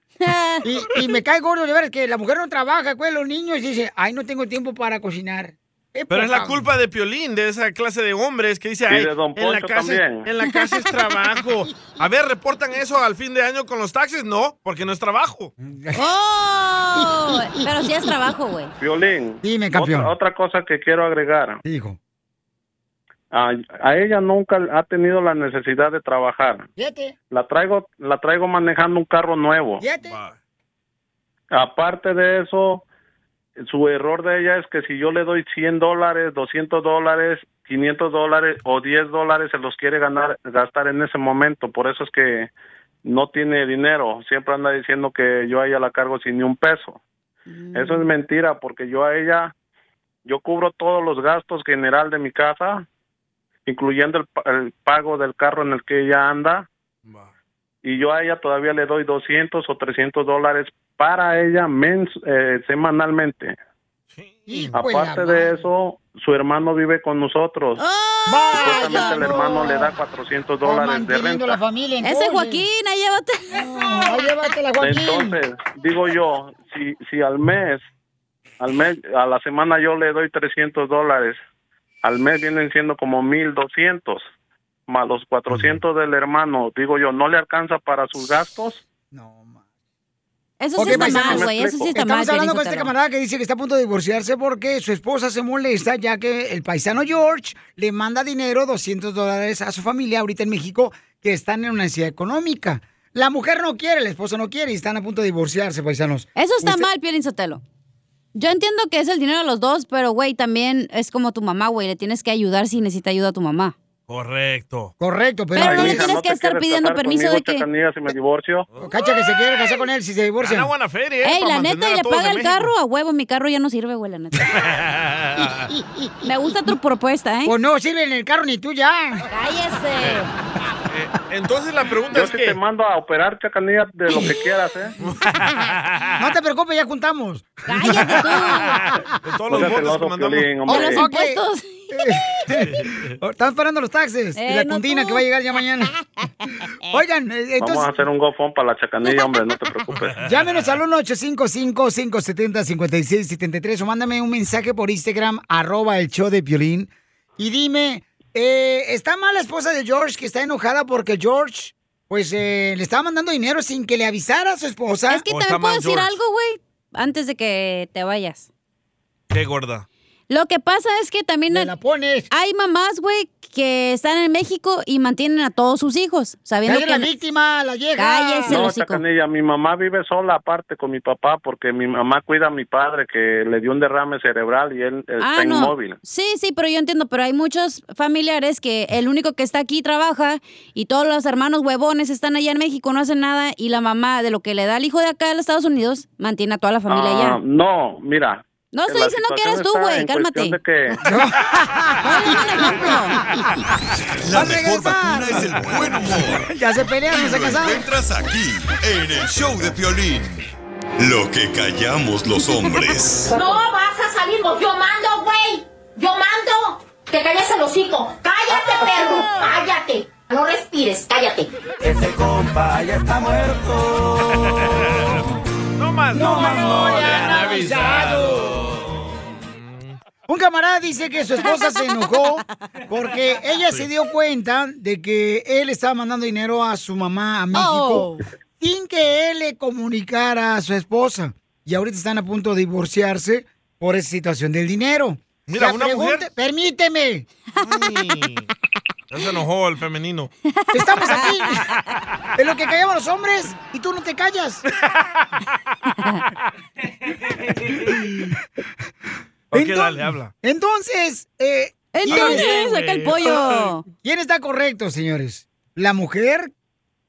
y, y me cae gordo de ver que la mujer no trabaja, cuida a los niños y dice, ay, no tengo tiempo para cocinar. Eh, Pero es la poca- culpa de Piolín, de esa clase de hombres que dice, Y ay, de Don en, la Poncho casa, también. en la casa es trabajo. A ver, ¿reportan eso al fin de año con los taxes? No, porque no es (laughs) trabajo. (laughs) ¡Oh! Pero sí es trabajo, güey. Violín. Dime, campeón. Otra, otra cosa que quiero agregar. Hijo. A, a ella nunca ha tenido la necesidad de trabajar. Fíjate, La traigo, la traigo manejando un carro nuevo. fíjate. Aparte de eso, su error de ella es que si yo le doy 100 dólares, 200 dólares, 500 dólares o 10 dólares, se los quiere ganar, gastar en ese momento. Por eso es que no tiene dinero. Siempre anda diciendo que yo a ella la cargo sin ni un peso. Eso es mentira, porque yo a ella, yo cubro todos los gastos general de mi casa, incluyendo el, pa- el pago del carro en el que ella anda. Y yo a ella todavía le doy 200 o 300 dólares para ella mens eh, semanalmente. Aparte de eso, su hermano vive con nosotros. Supuestamente el hermano le da 400 dólares de Viendo renta. la familia. Ese Joaquín, ahí llévate. ahí llévatela, Entonces, digo yo, si, si al mes, al mes, a la semana yo le doy 300 dólares, al mes vienen siendo como 1200, más los 400 del hermano, digo yo, ¿no le alcanza para sus gastos? Eso Ok, sí está paisanos. mal, güey. Eso sí está mal. Estamos hablando con Piolín este Sotelo. camarada que dice que está a punto de divorciarse porque su esposa se molesta ya que el paisano George le manda dinero, 200 dólares a su familia ahorita en México que están en una necesidad económica. La mujer no quiere, la esposa no quiere y están a punto de divorciarse, paisanos. Eso está Usted- mal, Piolín Sotelo. Yo entiendo que es el dinero de los dos, pero, güey, también es como tu mamá, güey. Le tienes que ayudar si necesita ayuda a tu mamá. Correcto. Correcto, pero... Pero no le Hija, tienes ¿no que te estar quieres pidiendo casar permiso de conmigo, que... Oh. Chacanilla, si me divorcio? Cacha que se quiere casar con él si se divorcia. Gana buena feria, ¿eh? Ey, Para la neta, mantener y a le todos paga en el carro a huevo. Mi carro ya no sirve, güey, la neta. México. Me gusta tu propuesta, ¿eh? Pues no sirve en el carro ni tú ya. (laughs) ¡Cállese! Eh, Entonces la pregunta yo es que... te mando a operar, Chacanilla, de lo que quieras, ¿eh? No te preocupes, ya juntamos. De todos No los seas botes que celoso, mandamos. Piolín, hombre. Ok. (laughs) Están esperando los taxes Eh, y la contina que va a llegar (laughs) ya mañana. Oigan, eh, Vamos a entonces... hacer un gofón para la Chacanilla, hombre, no te (laughs) (laughs) preocupes. Llámenos al 1-855-570-5673 o mándame un mensaje por Instagram, arroba el show de Piolín. Y dime, eh, ¿está mal la esposa de George que está enojada porque George, pues, eh, le estaba mandando dinero sin que le avisara a su esposa? Es que también puedo decir algo, güey, antes de que te vayas. Qué gorda. Lo que pasa es que también hay- hay mamás, güey, que están en México y mantienen a todos sus hijos, sabiendo Cállate que... la víctima, la vieja. Cállese, el No, hocico. Chacanilla, mi mamá vive sola aparte con mi papá porque mi mamá cuida a mi padre que le dio un derrame cerebral y él eh, está inmóvil. Ah, Sí, sí, pero yo entiendo, pero hay muchos familiares que el único que está aquí trabaja y todos los hermanos huevones están allá en México, no hacen nada y la mamá de lo que le da al hijo de acá en Estados Unidos mantiene a toda la familia Ah, allá. No, mira. No que estoy la diciendo que eres tú, situación güey, está en cuestión (laughs) La mejor vacuna es el buen humor. Ya se pelearon, se Lo casaron. encuentras aquí, en el show de Piolín. Lo que callamos los (laughs) hombres. No vas a salir, no, yo mando, güey. Yo mando. Te calles el hocico. Cállate, perro. Cállate. No respires, cállate. Ese compa ya está muerto. No más, no más, no le han Un camarada dice que su esposa se enojó porque ella se dio cuenta de que él estaba mandando dinero a su mamá a México Oh. sin que él le comunicara a su esposa. Y ahorita están a punto de divorciarse por esa situación del dinero. Mira, La una pregunta- mujer- Permíteme. (laughs) Ya se enojó el femenino. Estamos aquí. En lo que callamos los hombres y tú no te callas. Ok, dale, habla. Entonces, eh, Entonces, ¿quién- Ah, saca el pollo. ¿Quién está correcto, señores? ¿La mujer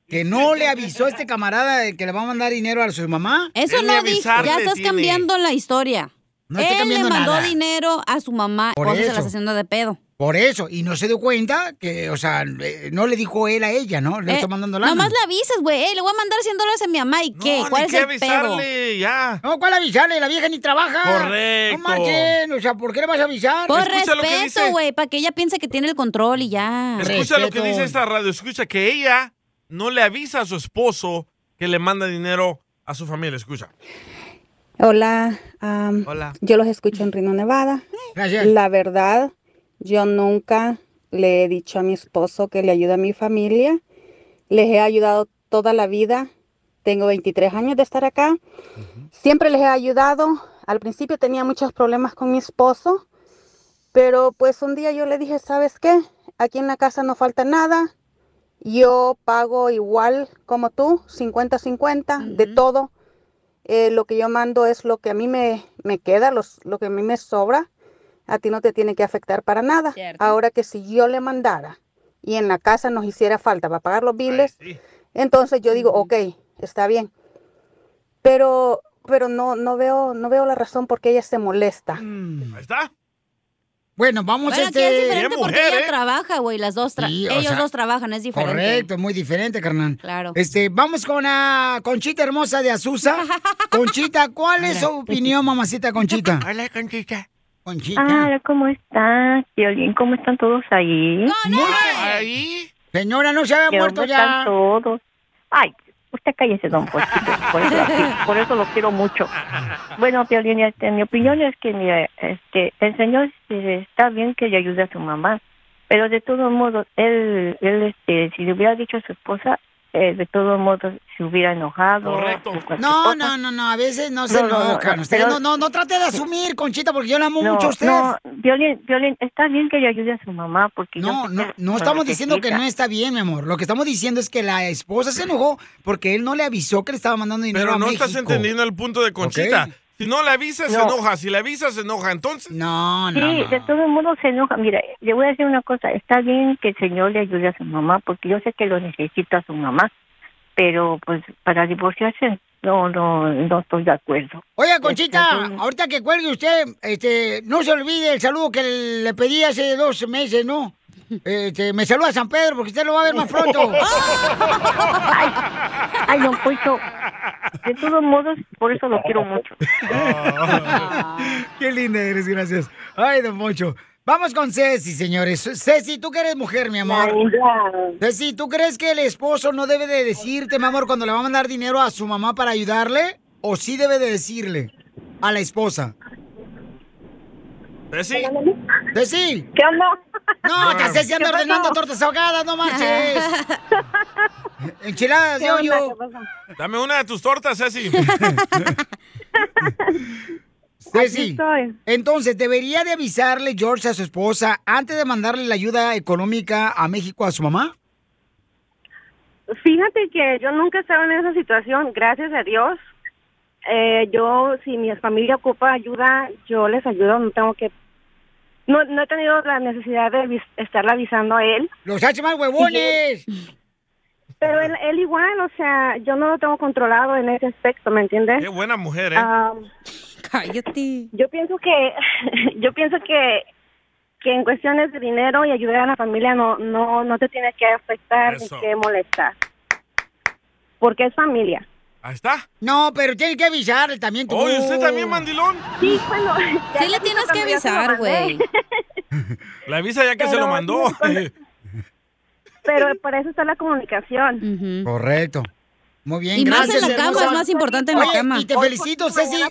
que no le avisó a este camarada de que le va a mandar dinero a su mamá? Eso no dije. Ya estás cambiando la historia. No Él estoy le cambiando mandó nada. dinero a su mamá. Por o se eso. las haciendo de pedo. Por eso, y no se dio cuenta que, o sea, eh, no le dijo él a ella, ¿no? Le Eh, está mandando lana. Nomás le avisas, güey. "Ey, le voy a mandar 100 dólares a mi mamá. ¿Y qué? ¿Cuál es el pedo? ya. No, ¿cuál avisarle? La vieja ni trabaja. Correcto. No marchen, o sea, ¿por qué le vas a avisar? Por respeto, güey, para que ella piense que tiene el control y ya. Escucha lo que dice esta radio. Escucha que ella no le avisa a su esposo que le manda dinero a su familia. Escucha. Hola, am, Hola. yo los escucho en Reno, Nevada. Gracias. La verdad, yo nunca le he dicho a mi esposo que le ayude a mi familia. Les he ayudado toda la vida. Tengo 23 años de estar acá. Siempre les he ayudado. Al principio tenía muchos problemas con mi esposo, pero pues un día yo le dije, ¿sabes qué? Aquí en la casa no falta nada. Yo pago igual como tú, 50-50, de todo eh, lo que yo mando es lo que a mí me, me queda, los, lo que a mí me sobra. A ti no te tiene que afectar para nada. Cierto. Ahora que si yo le mandara y en la casa nos hiciera falta para pagar los biles, entonces yo digo, ok, está bien. Pero, pero no, no veo, no veo la razón por qué ella se molesta. Mm. Ahí está. Bueno, vamos Bueno, a aquí este... es diferente porque ¿eh? ella trabaja, güey. Las dos tra- Sí, o Ellos sea, dos trabajan, es diferente. Correcto, muy diferente, carnal. Claro. Este, vamos con la Conchita hermosa de Azusa. Conchita, ¿cuál es su opinión, mamacita Conchita? (laughs) Hola, Conchita. Conchita. Ah, ¿cómo estás, Violín? ¿Cómo están todos ahí? Muy bien. Señora, no se había ¿Qué muerto dónde ya. Ah. están todos? Ay, usted cállese, don Ponchito. Por eso, por eso lo quiero mucho. Bueno, Violín, este, mi opinión es que mira, este, el señor eh, está bien que le ayude a su mamá, pero de todos modos, él, él este, si le hubiera dicho a su esposa, eh, de todos modos se hubiera enojado. o cualquier No, cosa. no, no, no, a veces no se No, no, no, enojan. no, Usted No, pero- no, no, trate de asumir, Conchita, porque yo la amo No, mucho a usted. no, Violín, Violín, está bien que le ayude a su mamá porque yo No, sé no, que no lo estamos diciendo que necesita. no está bien, mi amor. Lo que estamos diciendo es que la esposa se enojó porque él no le avisó que le estaba mandando dinero Pero a no México. estás entendiendo el punto de Conchita. Ok. Si no la avisa, se No. enoja. Si la avisa, se enoja. Entonces. No, Sí, de todo el mundo se enoja. Mira, le voy a decir una cosa. Está bien que el Señor le ayude a su mamá, porque yo sé que lo necesita su mamá, pero pues para divorciarse no, no, no estoy de acuerdo. Oiga, Conchita, ahorita que cuelgue usted, este, no se olvide el saludo que le pedí hace dos meses, ¿no? Este, me saluda a San Pedro porque usted lo va a ver más pronto. (laughs) Ay, don Pocho, de todos modos, por eso lo quiero mucho. (laughs) Qué linda eres, gracias. Ay, don Poncho. Vamos con Ceci, señores. Ceci, tú que eres mujer, mi amor. Ceci, ¿tú crees que el esposo no debe de decirte, mi amor, cuando le va a mandar dinero a su mamá para ayudarle? ¿O sí debe de decirle a la esposa? Ceci. Ceci. ¿Qué onda? No, que Ceci anda ¿Qué pasó? ordenando tortas ahogadas, (laughs) no marches. Enchiladas de hoyo. Dame una de tus tortas, (laughs) Ceci. Ceci, Pues entonces, ¿debería de avisarle George a su esposa antes de mandarle la ayuda económica a México a su mamá? Fíjate que yo nunca he estado en esa situación, gracias a Dios. Eh, yo, si mi familia ocupa ayuda, yo les ayudo, no tengo que... No, no he tenido la necesidad de avis- estarle avisando a él. ¡Los hace más huevones! (laughs) Pero él, él igual, o sea, yo no lo tengo controlado en ese aspecto, ¿me entiendes? Qué buena mujer, ¿eh? Ah, (laughs) Cállate. Yo pienso que, (laughs) yo pienso que, que en cuestiones de dinero y ayudar a la familia no, no, no te tiene que afectar Eso. ni que molestar. Porque es familia. Ahí está. No, pero tiene que avisarle también tú. Oye, ¿usted también, mandilón? Sí, bueno. Sí le tienes que avisar, güey. La avisa ya que se lo Pero- mandó. Pero para eso está la comunicación. Correcto. Muy bien, Y más en gracias. la cama, hermosa. es más importante en la Oye, cama. Y te Hoy pues, felicito, Ceci.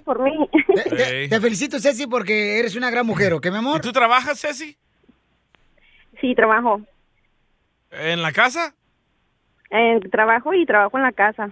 Te, te- te felicito, Ceci, porque eres una gran mujer, ¿ok, mi amor? ¿Tú trabajas, Ceci? Sí, trabajo. (laughs) ¿En la casa? Eh, trabajo y trabajo en la casa.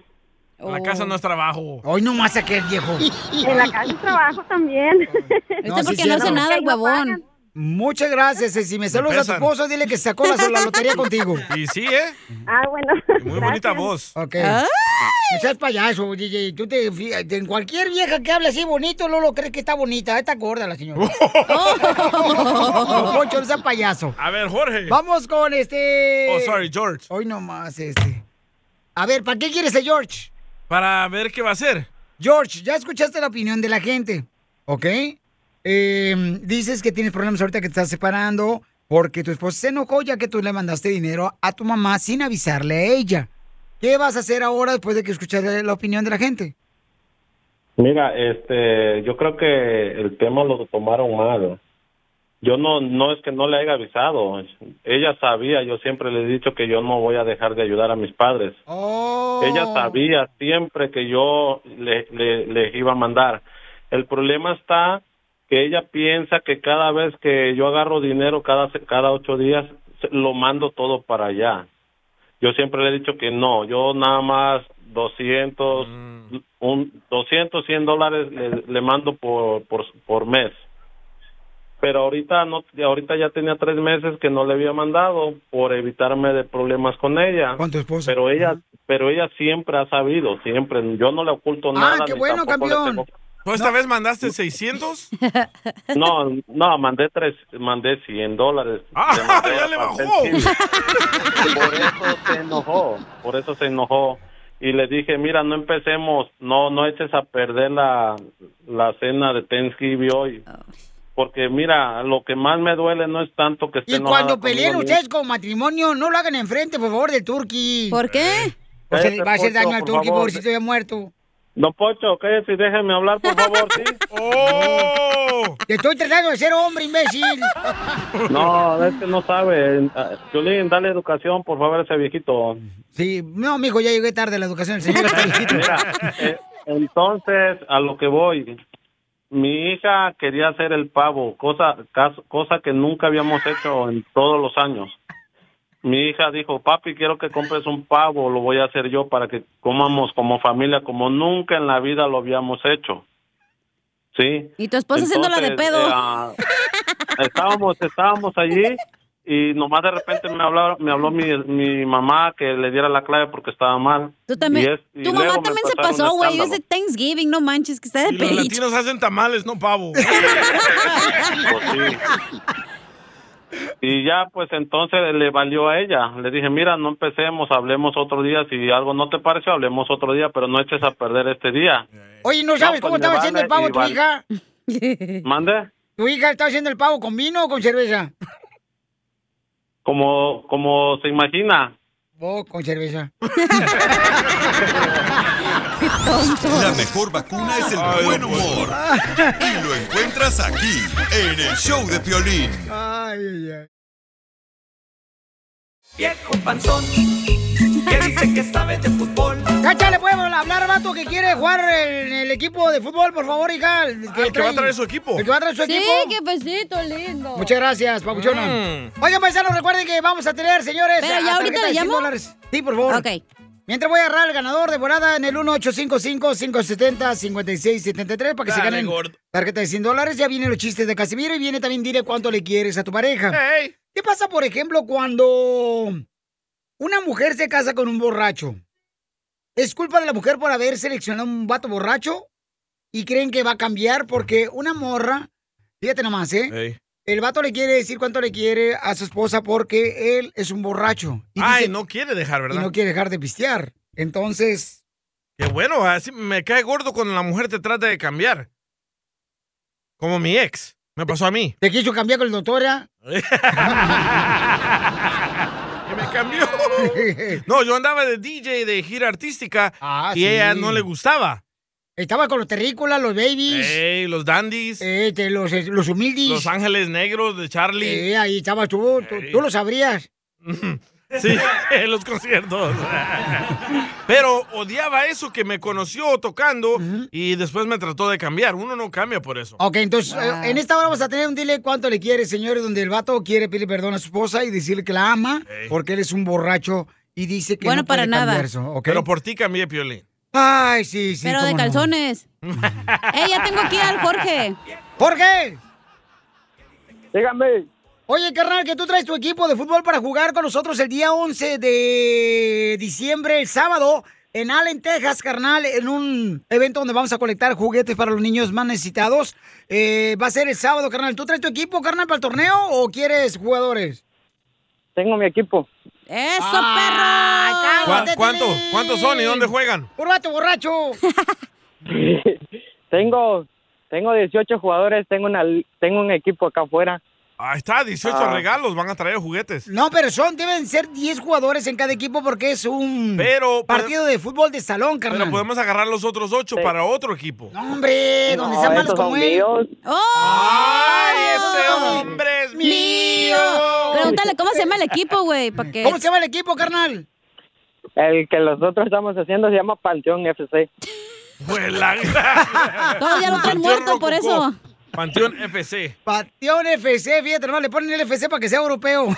En la casa no es trabajo. Oh. Hoy no más aquel viejo. En la casa y trabajo también. Este No, sí, porque no cierto. hace nada el huevón. Muchas gracias, Ceci. Me saludas a pesan. tu esposo, dile que se sacó la, la (laughs) lotería contigo. Y sí, ¿eh? Ah, bueno. Muy bonita voz. Ok. No seas payaso, DJ. Tú te, fí- en cualquier vieja que hable así bonito, Lolo, crees que está bonita. Está gorda (laughs) la señora. No, Poncho, no seas payaso. A ver, Jorge. Vamos con este... Oh, sorry, George. Hoy nomás este. A ver, ¿para qué quieres a George? Para ver qué va a hacer. George, ya escuchaste la opinión de la gente, ¿ok? Eh, dices que tienes problemas ahorita que te estás separando porque tu esposa se enojó ya que tú le mandaste dinero a tu mamá sin avisarle a ella. ¿Qué vas a hacer ahora después de que escuchaste la opinión de la gente? Mira, este, yo creo que el tema lo tomaron mal. Yo no, no es que no le haya avisado. Ella sabía, yo siempre le he dicho que yo no voy a dejar de ayudar a mis padres. Oh. Ella sabía siempre que yo le, le- les iba a mandar. El problema está que ella piensa que cada vez que yo agarro dinero, cada, se- cada ocho días, se- lo mando todo para allá. Yo siempre le he dicho que no, yo nada más 200, Mm. un, 200, 100 dólares le, le mando por, por, por mes. Pero ahorita no, ahorita ya tenía tres meses que no le había mandado por evitarme de problemas con ella. Con tu esposa. Pero ella, pero ella siempre ha sabido, siempre. Yo no le oculto nada. qué ni bueno, tampoco le campeón. tengo- ¿Tú esta vez mandaste 600? No, no, mandé tres, mandé 100 dólares. Le Ah, mandé Ah, ya a le Pastel bajó. (laughs) Chile. Por eso se enojó, por eso se enojó. Y le dije, mira, no empecemos, no, no eches a perder la, la cena de Thanksgiving hoy. Porque mira, lo que más me duele no es tanto que esté Y enojada cuando peleen conmigo, ustedes con matrimonio, no lo hagan enfrente, por favor, del turqui. ¿Por qué? Cállate, va a hacer Poncho, daño al por turqui, favor. pobrecito, ya muerto. Don Pocho, cállese y déjeme hablar, por favor, ¿sí? Oh. Te estoy tratando de ser hombre, imbécil. No, es que no sabe. Ah, Piolín, dale educación, por favor, a ese viejito. Sí, no, mijo, ya llegué tarde a la educación del señor. Mira, eh, entonces, a lo que voy. Mi hija quería hacer el pavo, cosa, cas- cosa que nunca habíamos hecho en todos los años. Mi hija dijo, papi, quiero que compres un pavo, lo voy a hacer yo para que comamos como familia, como nunca en la vida lo habíamos hecho. ¿Sí? Y tu esposa haciéndola Pues de Entonces, pedo. eh, ah, estábamos, estábamos allí y nomás de repente me, hablaron, me habló mi, mi mamá que le diera la clave porque estaba mal. Tú también. Y es- y tu luego me mamá también se pasaron un pasó, güey. Es escándalo. de Thanksgiving, no manches, que está de Y los pericho. (laughs) latinos hacen tamales, no (laughs) pavo. Pues Y ya, pues entonces le valió a ella. Le dije, mira, no empecemos, hablemos otro día. Si algo no te pareció, hablemos otro día, pero no eches a perder este (laughs) día. Oye, ¿no sabes No, pues, cómo me estaba haciendo el vale pavo y tu vale. hija? ¿Mande? ¿Tu hija estaba haciendo el pavo con vino o con cerveza? Como, como se imagina. Oh, con (laughs) cerveza. La mejor vacuna es el buen humor. Y lo encuentras aquí, en el show de Piolín. Ay, ay, ay. Viejo panzón, que dice que sabe de fútbol. Cacha, ¿le podemos hablar al pues, vato que quiere jugar en el equipo de fútbol, por favor, hija? El que, Ah, el que va a trae- traer su equipo. El que va a traer su Sí, equipo. qué besito lindo. Muchas gracias, papuchona. Oigan, paisanos, recuerden que vamos a tener, señores. Mm. Pero, ¿ya a- a ahorita tarjeta le de 100 llamo? dólares. Sí, por favor. Ok. Mientras voy a agarrar al ganador de volada en el 1855-570-5673 para que se Dale, ganen gordo. tarjeta de 100 dólares. Ya vienen los chistes de Casimiro y viene también dile cuánto le quieres a tu pareja. ¿Qué pasa, por ejemplo, cuando una mujer se casa con un borracho? ¿Es culpa de la mujer por haber seleccionado un vato borracho? ¿Y creen que va a cambiar? Porque una morra, fíjate nomás, ¿eh? El vato le quiere decir cuánto le quiere a su esposa porque él es un borracho. Y Ay, dice- no quiere dejar, y ¿verdad? no quiere dejar de pistear. Entonces, Qué bueno, así me cae gordo cuando la mujer te trata de cambiar. Como mi ex. Me pasó a mí. ¿te quiso cambiar con el doctor? (laughs) ya? Que me (laughs) cambió. No, yo andaba de DJ de gira artística y Ah, sí. ella no le gustaba. Estaba con los terrícolas, los babies, Ey, los dandies. este, los, eh, los humildes. Los ángeles negros de Charlie. Eh, ahí estabas tú, tú, tú lo sabrías. (laughs) Sí, (laughs) en los conciertos. Pero odiaba eso que me conoció tocando y después me trató de cambiar. Uno no cambia por eso. Ok, entonces Ah. eh, en esta hora vamos a tener un dile cuánto le quiere, señores, donde el vato quiere pedir perdón a su esposa y decirle que la ama porque él es un borracho y dice que Bueno, no para puede nada. cambiar eso, ¿ok? Pero por ti cambié, Piolín. Ay, sí, sí. Pero de cómo no. (laughs) calzones. ¡Ey, ya tengo aquí al Jorge! ¡Jorge! Dígame. Oye, carnal, que tú traes tu equipo de fútbol para jugar con nosotros el día 11 de diciembre, el sábado, en Allen, Texas, carnal, en un evento donde vamos a colectar juguetes para los niños más necesitados. Eh, va a ser el sábado, carnal. ¿Tú traes tu equipo, carnal, para el torneo o quieres jugadores? Tengo mi equipo. ¡Eso, Ah, ¿Cuá- perro! ¿Cuánto? ¿Cuántos son y dónde juegan? ¡Curvato, borracho! (laughs) tengo tengo 18 jugadores, tengo una li- tengo un equipo acá afuera. Ahí está, 18 Ah. regalos, van a traer juguetes. No, pero son, deben ser 10 jugadores en cada equipo porque es un partido de fútbol de salón, carnal. Pero (laughs) podemos agarrar los otros 8 para otro equipo. No, hombre, donde No, sean malos esos son como él. míos. ¡Ay, ese hombre es mío! Pregúntale cómo se llama el equipo, güey. pa' que- ¿Cómo se llama el equipo, carnal? El que nosotros estamos haciendo se llama Panteón FC. Todos ya lo traen muerto por eso. (laughs) Panteón FC. Patión FC, fíjate, nomás le ponen el FC para que sea europeo. (laughs) Oh,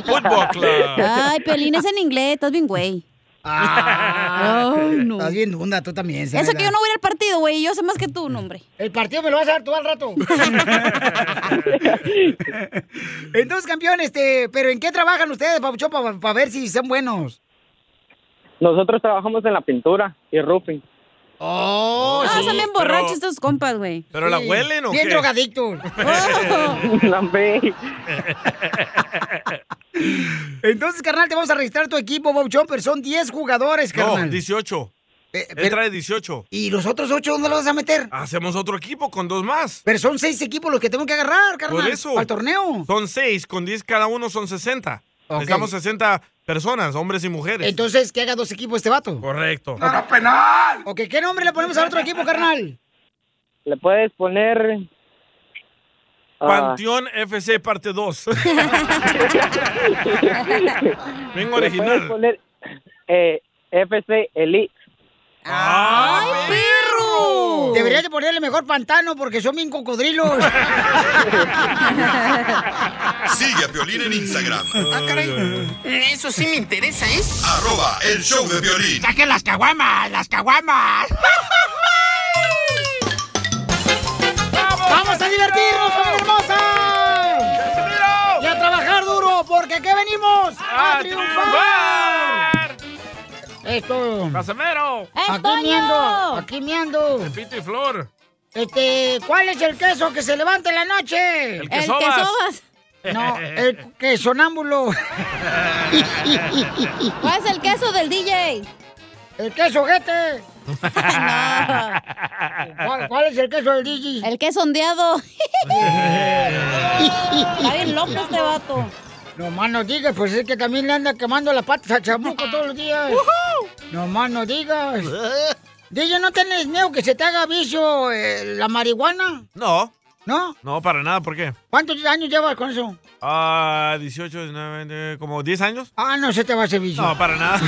Fútbol Club. Ay, Pelín, es en inglés, estás bien, güey. Oh, Ay, no. Ah. Estás bien dunda, tú también. Ah. Eso que yo no voy a ir al partido, güey, yo sé más que tú, no, hombre. El partido me lo vas a dar tú al rato. (laughs) Entonces, campeón, este, ¿pero en qué trabajan ustedes, Pabuchón, para ver si son buenos? Nosotros trabajamos en la pintura y roofing. (laughs) ¡Oh! No, sí, son bien pero- borrachos estos compas, güey. Oh, ¿Pero la huelen o Bien qué? drogadictos. No, hombre. Entonces, carnal, te vamos a registrar tu equipo, Pabuchón, pero son 10 jugadores, No, carnal. 18. Él Eh, pero- trae 18. ¿Y los otros 8 dónde los vas a meter? Hacemos otro equipo con dos más. Pero son 6 equipos los que tengo que agarrar, carnal. Por eso. Al torneo. Son 6, con 10 cada uno son 60. Ok. Necesitamos 60 personas, hombres y mujeres. Entonces, que haga dos equipos este vato. Correcto. penal! Ok, ¿qué nombre le ponemos al otro equipo, carnal? Le puedes poner ah, Panteón FC parte (laughs) 2. Vengo le (laughs) puedes original. poner eh, FC Elite. ¡Ay, perro! Deberías de ponerle mejor pantano porque son bien cocodrilos. Sigue a Piolín en Instagram. Ah, caray. Eso sí me interesa, ¿eh? ¿es? Arroba el show de Piolín. ¡Saquen las caguamas! ¡Las caguamas! ¡Vamos a divertirnos, familia hermosa! ¡Y a trabajar duro porque aquí venimos a, triunfar! Esto. ¡Casemero! Aquí me ando, aquí me ando. Pito y Flor. Este, ¿cuál es el queso que se levanta en la noche? El que El sobas. que sobas. (laughs) No, eh. (laughs) (laughs) el que sonámbulo. ¿Cuál es el queso del DJ? El queso jete. ¿Cuál, cuál es el queso del DJ? El queso ondeado. (laughs) Está bien loco este vato. No más no digas, pues es que también le anda quemando las patas al chamuco todos los días. No más no digas. DJ, ¿no tienes miedo que se te haga vicio eh, la marihuana? No, ¿No? no, para nada, ¿por qué? ¿Cuántos años llevas con eso? Ah, 18, 19, 20, como 10 años. Ah, no se te va a hacer vicio. No, para (laughs) nada.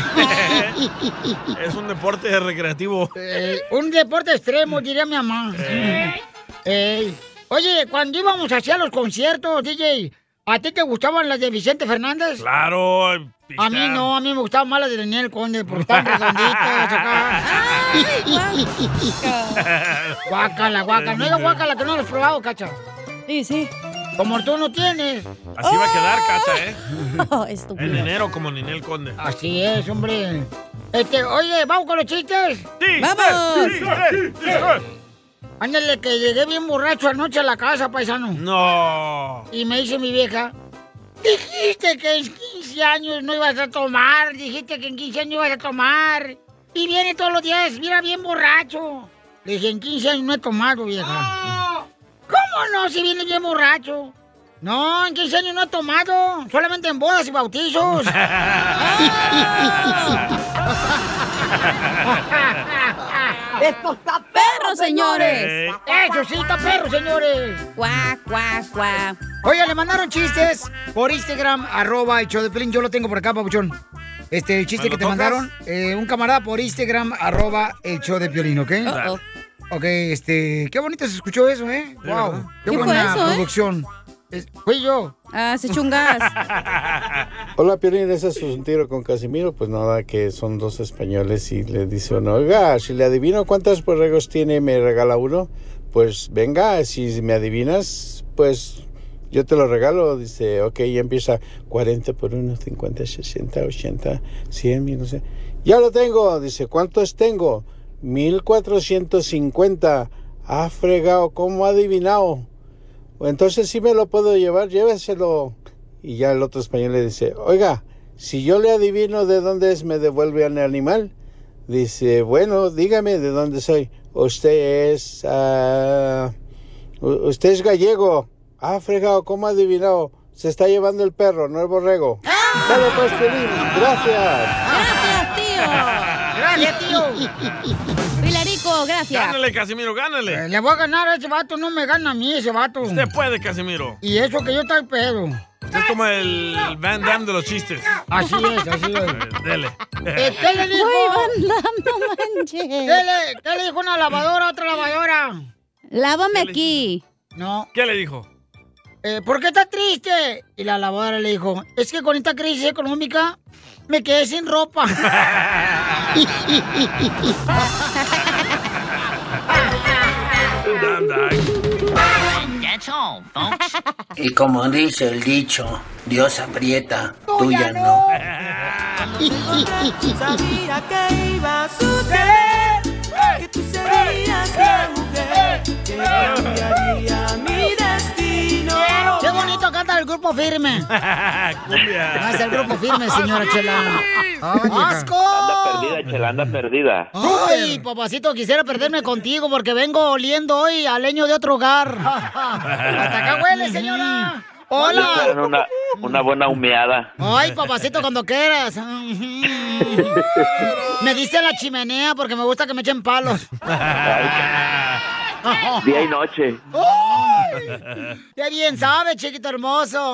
es un deporte recreativo. Eh, un deporte extremo, diría mi mamá. Eh. Ey. Oye, cuando íbamos hacia los conciertos, DJ, ¿a ti te gustaban las de Vicente Fernández? Claro. A mí no, a mí me gustaban más las de Daniel Conde, porque estaban redonditas acá. guácala, guácala. No digas guácala que no lo has probado, cacha. Sí, sí. Como tú no tienes. (laughs) Así ¡Oh! va a quedar, Cacha, ¿eh? Oh, Estúpido. En enero, como Ninel Conde. Así es, hombre. Este, oye, ¿vamos con los chistes? Sí, ¡Vamos! sí, sí, sí, sí. Ándale, que llegué bien borracho anoche a la casa, paisano. No. Y me dice mi vieja, dijiste que en 15 años no ibas a tomar, dijiste que en 15 años ibas a tomar. Y viene todos los días, mira bien borracho. Le dije, en 15 años no he tomado, Ah. vieja. ¿Cómo no si viene bien borracho? No, en 15 años no he tomado, solamente en bodas y bautizos. ¡Esto está perro, señores! Eso sí está perro, señores. Cuac, cuac, cuac. Oiga, le mandaron chistes por Instagram, arroba el show de Pelín. Yo lo tengo por acá, papuchón. Este, el chiste ¿Me que lo te tocas? mandaron, eh, un camarada por Instagram, arroba el show de Piolín, ¿ok? Uh-oh. Ok, este, qué bonito se escuchó eso, ¿eh? Sí, wow, ¿verdad? qué ¿Qué fue buena eso, eh? producción. Es- fui yo. Ah, se (laughs) chungas. Hola Piolín, ese es un tiro con Casimiro. Pues nada, que son dos españoles y le dice uno, oiga, si le adivino cuántos borregos tiene, me regala uno. Pues venga, si me adivinas, pues Yo te lo regalo, dice, ok, ya empieza 40 por 1, 50, 60, 80, 100, mil, no sé. Ya lo tengo, dice, ¿cuántos tengo? 1450. Ah, fregado, ¿cómo ha adivinado? Entonces sí me lo puedo llevar, lléveselo. Y ya el otro español le dice, oiga, si yo le adivino de dónde es, me devuelve al animal. Dice, bueno, dígame de dónde soy. Usted es... ah, u- usted es gallego. Ah, fregado, ¿cómo ha adivinado? Se está llevando el perro, no el borrego. Dale pues, Piolín, gracias. Gracias, tío. Gracias, tío. Pilarico, gracias. Gánale, Casimiro, gánale. Eh, Le voy a ganar a ese vato, no me gana a mí ese vato. Usted puede, Casimiro. Y eso que yo estoy pedo. Usted es como el Van Damme de los chistes. Así es, así es. Dele. Eh, ¿Qué le dijo? Güey, Van Damme, no manches. ¿Qué le, qué le dijo una lavadora a otra lavadora? Lávame aquí. No. ¿Qué le dijo? Eh, ¿Por qué estás triste? Y la lavadora le dijo, es que con esta crisis económica me quedé sin (laughs) ropa. That's all, folks. Y como dice el dicho, Dios aprieta, tuya no. Sabía que iba a suceder, que tú serías la mujer que cambiaría mi destino. ¡Qué bonito canta el grupo firme! Cumbia. Ah, es el grupo firme, señora Chela. ¡Asco! Perdida, chela, anda perdida. Ay, papacito, quisiera perderme contigo porque vengo oliendo hoy a leño de otro (laughs) hogar. Hasta acá huele, señora. Le dan Hola. Una, una buena humeada. Ay, papacito, (laughs) cuando quieras. Me dice la chimenea porque me gusta que me (laughs) echen palos. Día y noche. Oh. Ya bien sabe, chiquito hermoso.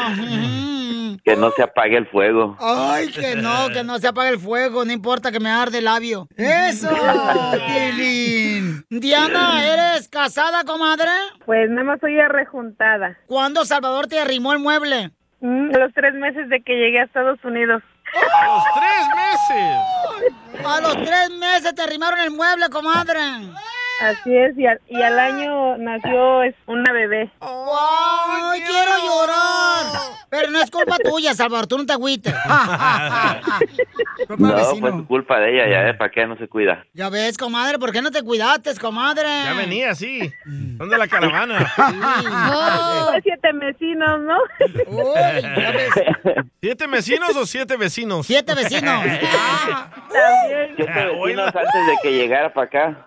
Que no se apague el fuego. Ay, que no, que no se apague el fuego, no importa que me arde el labio. (laughs) ¡Eso, Tilín! Diana, ¿eres casada, comadre? Pues nada más soy rejuntada. ¿Cuándo Salvador te arrimó el mueble? A Mm, los tres meses de que llegué a Estados Unidos. ¡A los (laughs) tres meses! A los tres meses te arrimaron el mueble, comadre. Así es, y al, y al año nació es, una bebé. ¡Ay, quiero llorar! Pero no es culpa tuya, Salvador, tú no (laughs) te agüites. No, pues culpa de ella, ya, ¿eh? ¿Para qué no se cuida? Ya ves, comadre, ¿por qué no te cuidaste, comadre? Ya venía, sí. Son de la caravana. (laughs) Fue siete vecinos, ¿no? (laughs) ¿Siete vecinos o siete vecinos? (laughs) Siete vecinos. Yo te vecinos antes de que llegara para acá.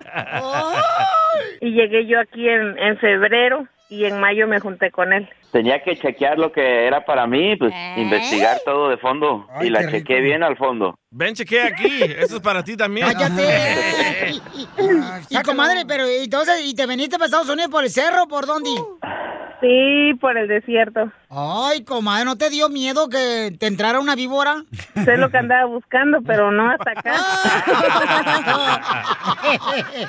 Y llegué yo aquí en, en febrero y en mayo me junté con él. Tenía que chequear lo que era para mí, pues investigar todo de fondo. y la chequeé bien al fondo. Ven, chequea aquí. Eso es para ti también. ¡Cállate! Ah, y comadre, pero ¿y entonces, ¿y te veniste para Estados Unidos por el cerro? ¿Por dónde? Sí, por el desierto. Ay, comadre, ¿no te dio miedo que te entrara una víbora? Sé lo que andaba buscando, pero no hasta (laughs) acá.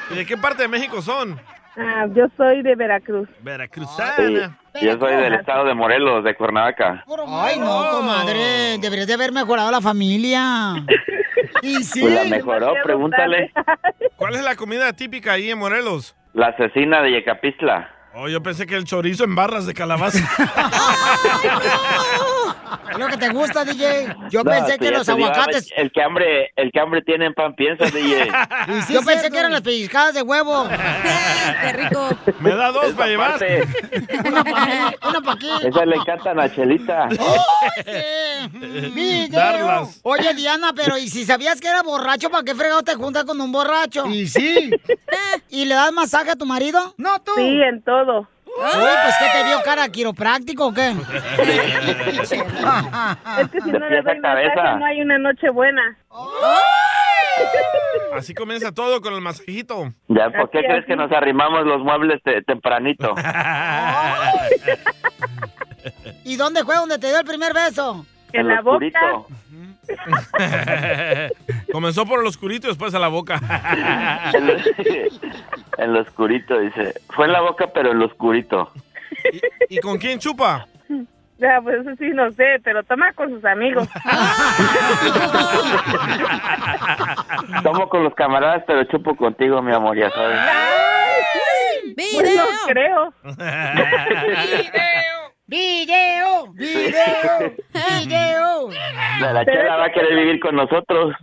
(laughs) ¿Y de qué parte de México son? Ah, yo soy de Veracruz. Veracruzana. Yo soy del estado de Morelos, de Cuernavaca. Ay, no, comadre, deberías de haber mejorado la familia. (laughs) Y sí. Pues la mejoró, pregúntale. ¿Cuál es la comida típica ahí en Morelos? La asesina de Yecapistla. Oh, yo pensé que el chorizo en barras de calabaza. Es lo que te gusta, DJ. Yo No, pensé que tú ya los te digo, ah, aguacates... El que hambre, el que hambre tiene en pan (laughs) piensa, DJ. Yo pensé que eran las pellizcadas de huevo. ¡Qué rico! Me da (laughs) dos para llevar. (laughs) Una pa' aquí, una pa' aquí. Esa le encantan a (laughs) Chelita. Video. Darlas. Oye, Diana, pero ¿y si sabías que era borracho, para qué fregado te juntas con un borracho? Y sí. ¿Y le das masaje a tu marido? No, tú. Sí, en todo. Uy, pues ¿qué te dio cara? ¿Quiropráctico o qué? Es que si no le pies a doy masaje cabeza. no hay una noche buena. Así comienza todo con el masajito. (laughs) Ya, ¿por qué Así, crees así. que nos arrimamos los muebles te- (laughs) tempranito? ¿Y dónde fue donde te dio el primer beso? En la boca. Comenzó por el oscurito y después a la boca. en lo oscurito, dice. Fue en la boca, pero en lo (laughs) oscurito. ¿Y con quién chupa? Ya, pues eso sí, no sé, pero toma con sus amigos. Ah. Tomo con los camaradas, pero chupo contigo, mi amor, ya sabes. Pues no creo. ¡Video! ¡Video! ¡Video! La, la chela va a querer vivir (laughs) con nosotros.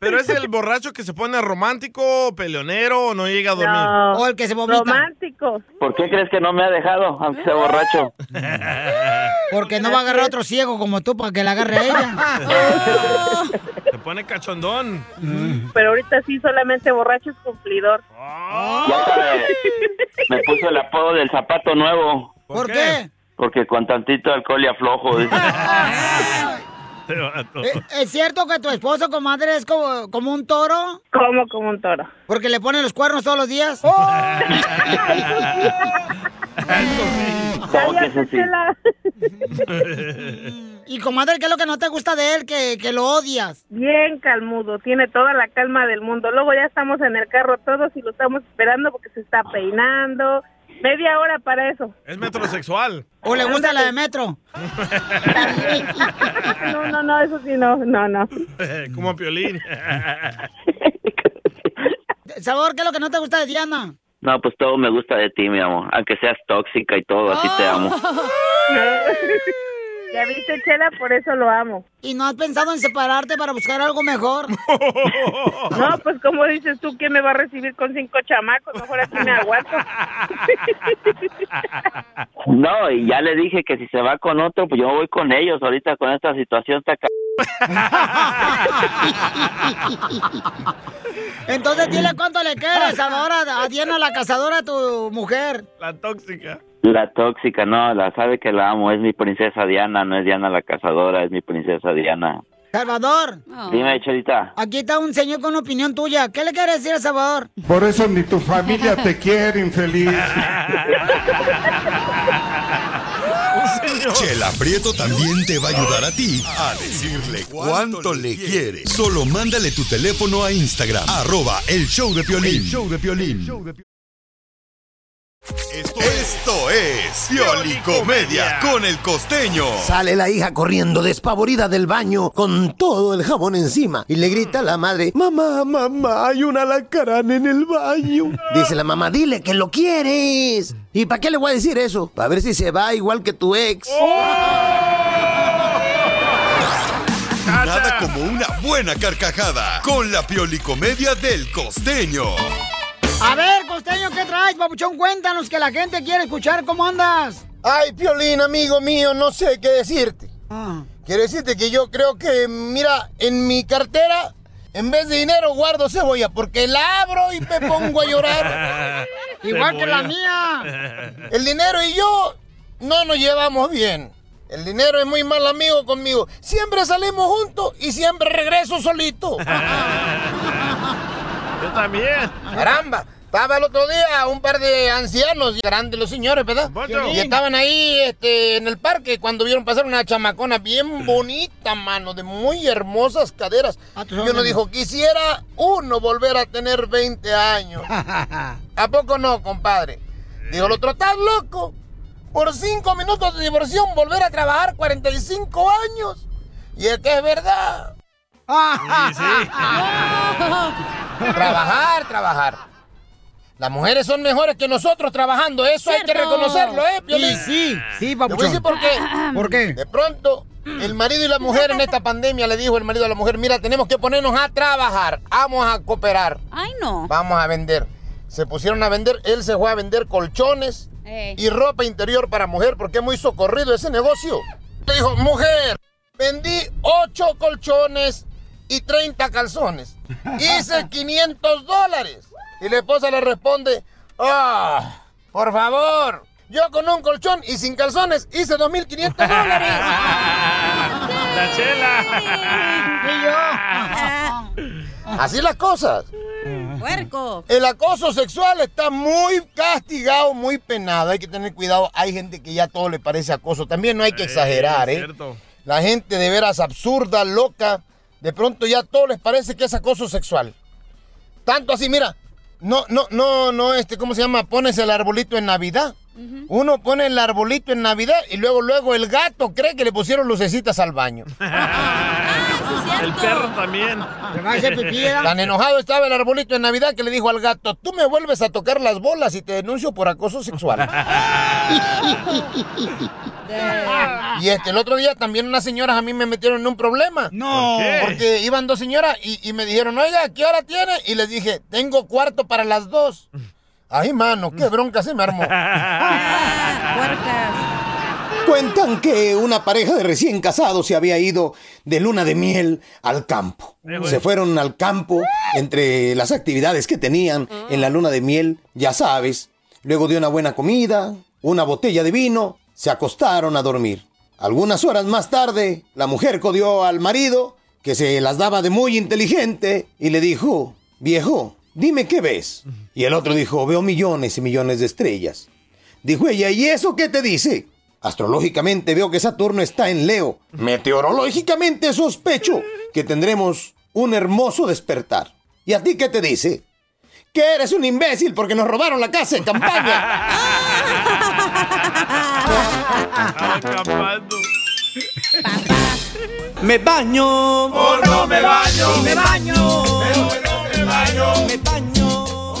Pero es el borracho que se pone romántico, peleonero o no llega a dormir. O el que se vomita. Romántico. ¿Por qué crees que no me ha dejado, aunque sea borracho? Porque no va a agarrar otro ciego como tú para que la agarre a ella. (laughs) Se pone cachondón. (laughs) Pero ahorita sí, solamente borracho es cumplidor. Ah. Me puso el apodo del zapato nuevo. ¿Por qué? Porque con tantito alcohol y aflojo. dice. ¿E- ¿Es cierto que tu esposo, comadre, es como, como un toro? Como como un toro. ¿Porque le ponen los cuernos todos los días? Como que eso sí. Y comadre, ¿qué es lo que no te gusta de él? Que, que lo odias. Bien calmudo, tiene toda la calma del mundo. Luego ya estamos en el carro todos y lo estamos esperando porque se está peinando. Media hora para eso. Es metrosexual. ¿O le gusta la de metro? (laughs) Ah, No, no, no, eso sí no, no, no. (laughs) Como (laughs) piolín. Sabor, ¿qué es lo que no te gusta de Diana? No, pues todo me gusta de ti, mi amor. Aunque seas tóxica y todo, así te amo. (laughs) Ya viste, Chela, por eso lo amo. ¿Y no has pensado en separarte para buscar algo mejor? No, pues como dices tú, ¿quién me va a recibir con cinco chamacos? Mejor así me aguanto. No, y ya le dije que si se va con otro, pues yo voy con ellos. Ahorita con esta situación está ca- Entonces dile cuánto le quieres ahora a Diana, la cazadora, a tu mujer. La tóxica. La tóxica, no, la sabe que la amo. Es mi princesa Diana, no es Diana la cazadora, es mi princesa Diana. Salvador. Dime, Chelita. Aquí está un señor con opinión tuya. ¿Qué le quieres decir a Salvador? (laughs) Por eso ni tu familia te quiere, infeliz. Chela Prieto también te va a ayudar a ti a decirle cuánto le quiere. Solo mándale tu teléfono a Instagram, arroba el show de Piolín. show de Piolín. Esto, esto es Piolicomedia con el costeño. Sale la hija corriendo despavorida del baño con todo el jabón encima y le grita a la madre, mamá, mamá, hay un alacrán en el baño. Dice la mamá, dile que lo quieres. ¿Y para qué le voy a decir eso? Para ver si se va igual que tu ex. Nada como una buena carcajada con la Piolicomedia del costeño. A ver, costeño, ¿qué traes, papuchón? Cuéntanos que la gente quiere escuchar cómo andas. Ay, Piolín, amigo mío, no sé qué decirte. Quiero decirte que yo creo que, mira, en mi cartera, en vez de dinero, guardo cebolla, porque la abro y me pongo a (laughs) llorar. Igual que la mía. El dinero y yo no nos llevamos bien. El dinero es muy mal amigo conmigo. Siempre salimos juntos y siempre regreso solito. Yo también. Caramba. Estaba el otro día un par de ancianos, grandes los señores, ¿verdad? Poncho. Y estaban ahí este, en el parque cuando vieron pasar una chamacona bien bonita, mano, de muy hermosas caderas. Y uno órdenes. dijo, quisiera uno volver a tener 20 años. ¿A poco no, compadre? Dijo el otro, ¿estás loco? Por cinco minutos de diversión volver a trabajar 45 años. Y es que es verdad. (laughs) trabajar, trabajar. Las mujeres son mejores que nosotros trabajando, eso hay que Cierto. reconocerlo, ¿eh, Piolín? Sí, sí, sí, Te voy a decir por papuchón. qué. (clears throat) ¿Por qué? De pronto, el marido y la mujer en esta pandemia le dijo el marido a la mujer, mira, tenemos que ponernos a trabajar, vamos a cooperar. Ay, no. Vamos a vender. Se pusieron a vender, él se fue a vender colchones Ey. y ropa interior para mujer porque es muy socorrido ese negocio. Le dijo, mujer, vendí 8 colchones y 30 calzones. Hice 500 dólares. Y la esposa le responde, ah, por favor, yo con un colchón y sin calzones hice 2.500 dólares. La chela. Así las cosas. Ah. Puerco. Este, El acoso sexual está muy castigado, muy penado. Hay que tener cuidado. Hay gente que ya todo le parece acoso. También no hay que exagerar, ¿eh? La gente de veras absurda, loca. De pronto ya todo les parece que es acoso sexual. Tanto así, mira. No, no, no, no, este, ¿cómo se llama? Pones el arbolito en Navidad. Uno pone el arbolito en Navidad y luego, luego el gato cree que le pusieron lucecitas al baño. Ah, El perro también. Tan enojado estaba el arbolito en Navidad que le dijo al gato, tú me vuelves a tocar las bolas y te denuncio por acoso sexual. Y este, el otro día también unas señoras a mí me metieron en un problema. No. ¿Por qué? Porque iban dos señoras y, y me dijeron, oiga, ¿qué hora tiene? Y les dije, tengo cuarto para las dos. Ay, mano, qué bronca se me (laughs) armó. Cuentan que una pareja de recién casados se había ido de luna de miel al campo. Se fueron al campo entre las actividades que tenían en la luna de miel, ya sabes. Luego de una buena comida, una botella de vino, se acostaron a dormir. Algunas horas más tarde, la mujer codió al marido, que se las daba de muy inteligente, y le dijo, viejo, dime qué ves. Y el otro dijo, veo millones y millones de estrellas. Dijo ella, ¿y eso qué te dice? Astrológicamente veo que Saturno está en Leo. Meteorológicamente sospecho que tendremos un hermoso despertar. ¿Y a ti qué te dice? Que eres un imbécil porque nos robaron la casa en (laughs) campaña. Me baño. O no me baño. me baño.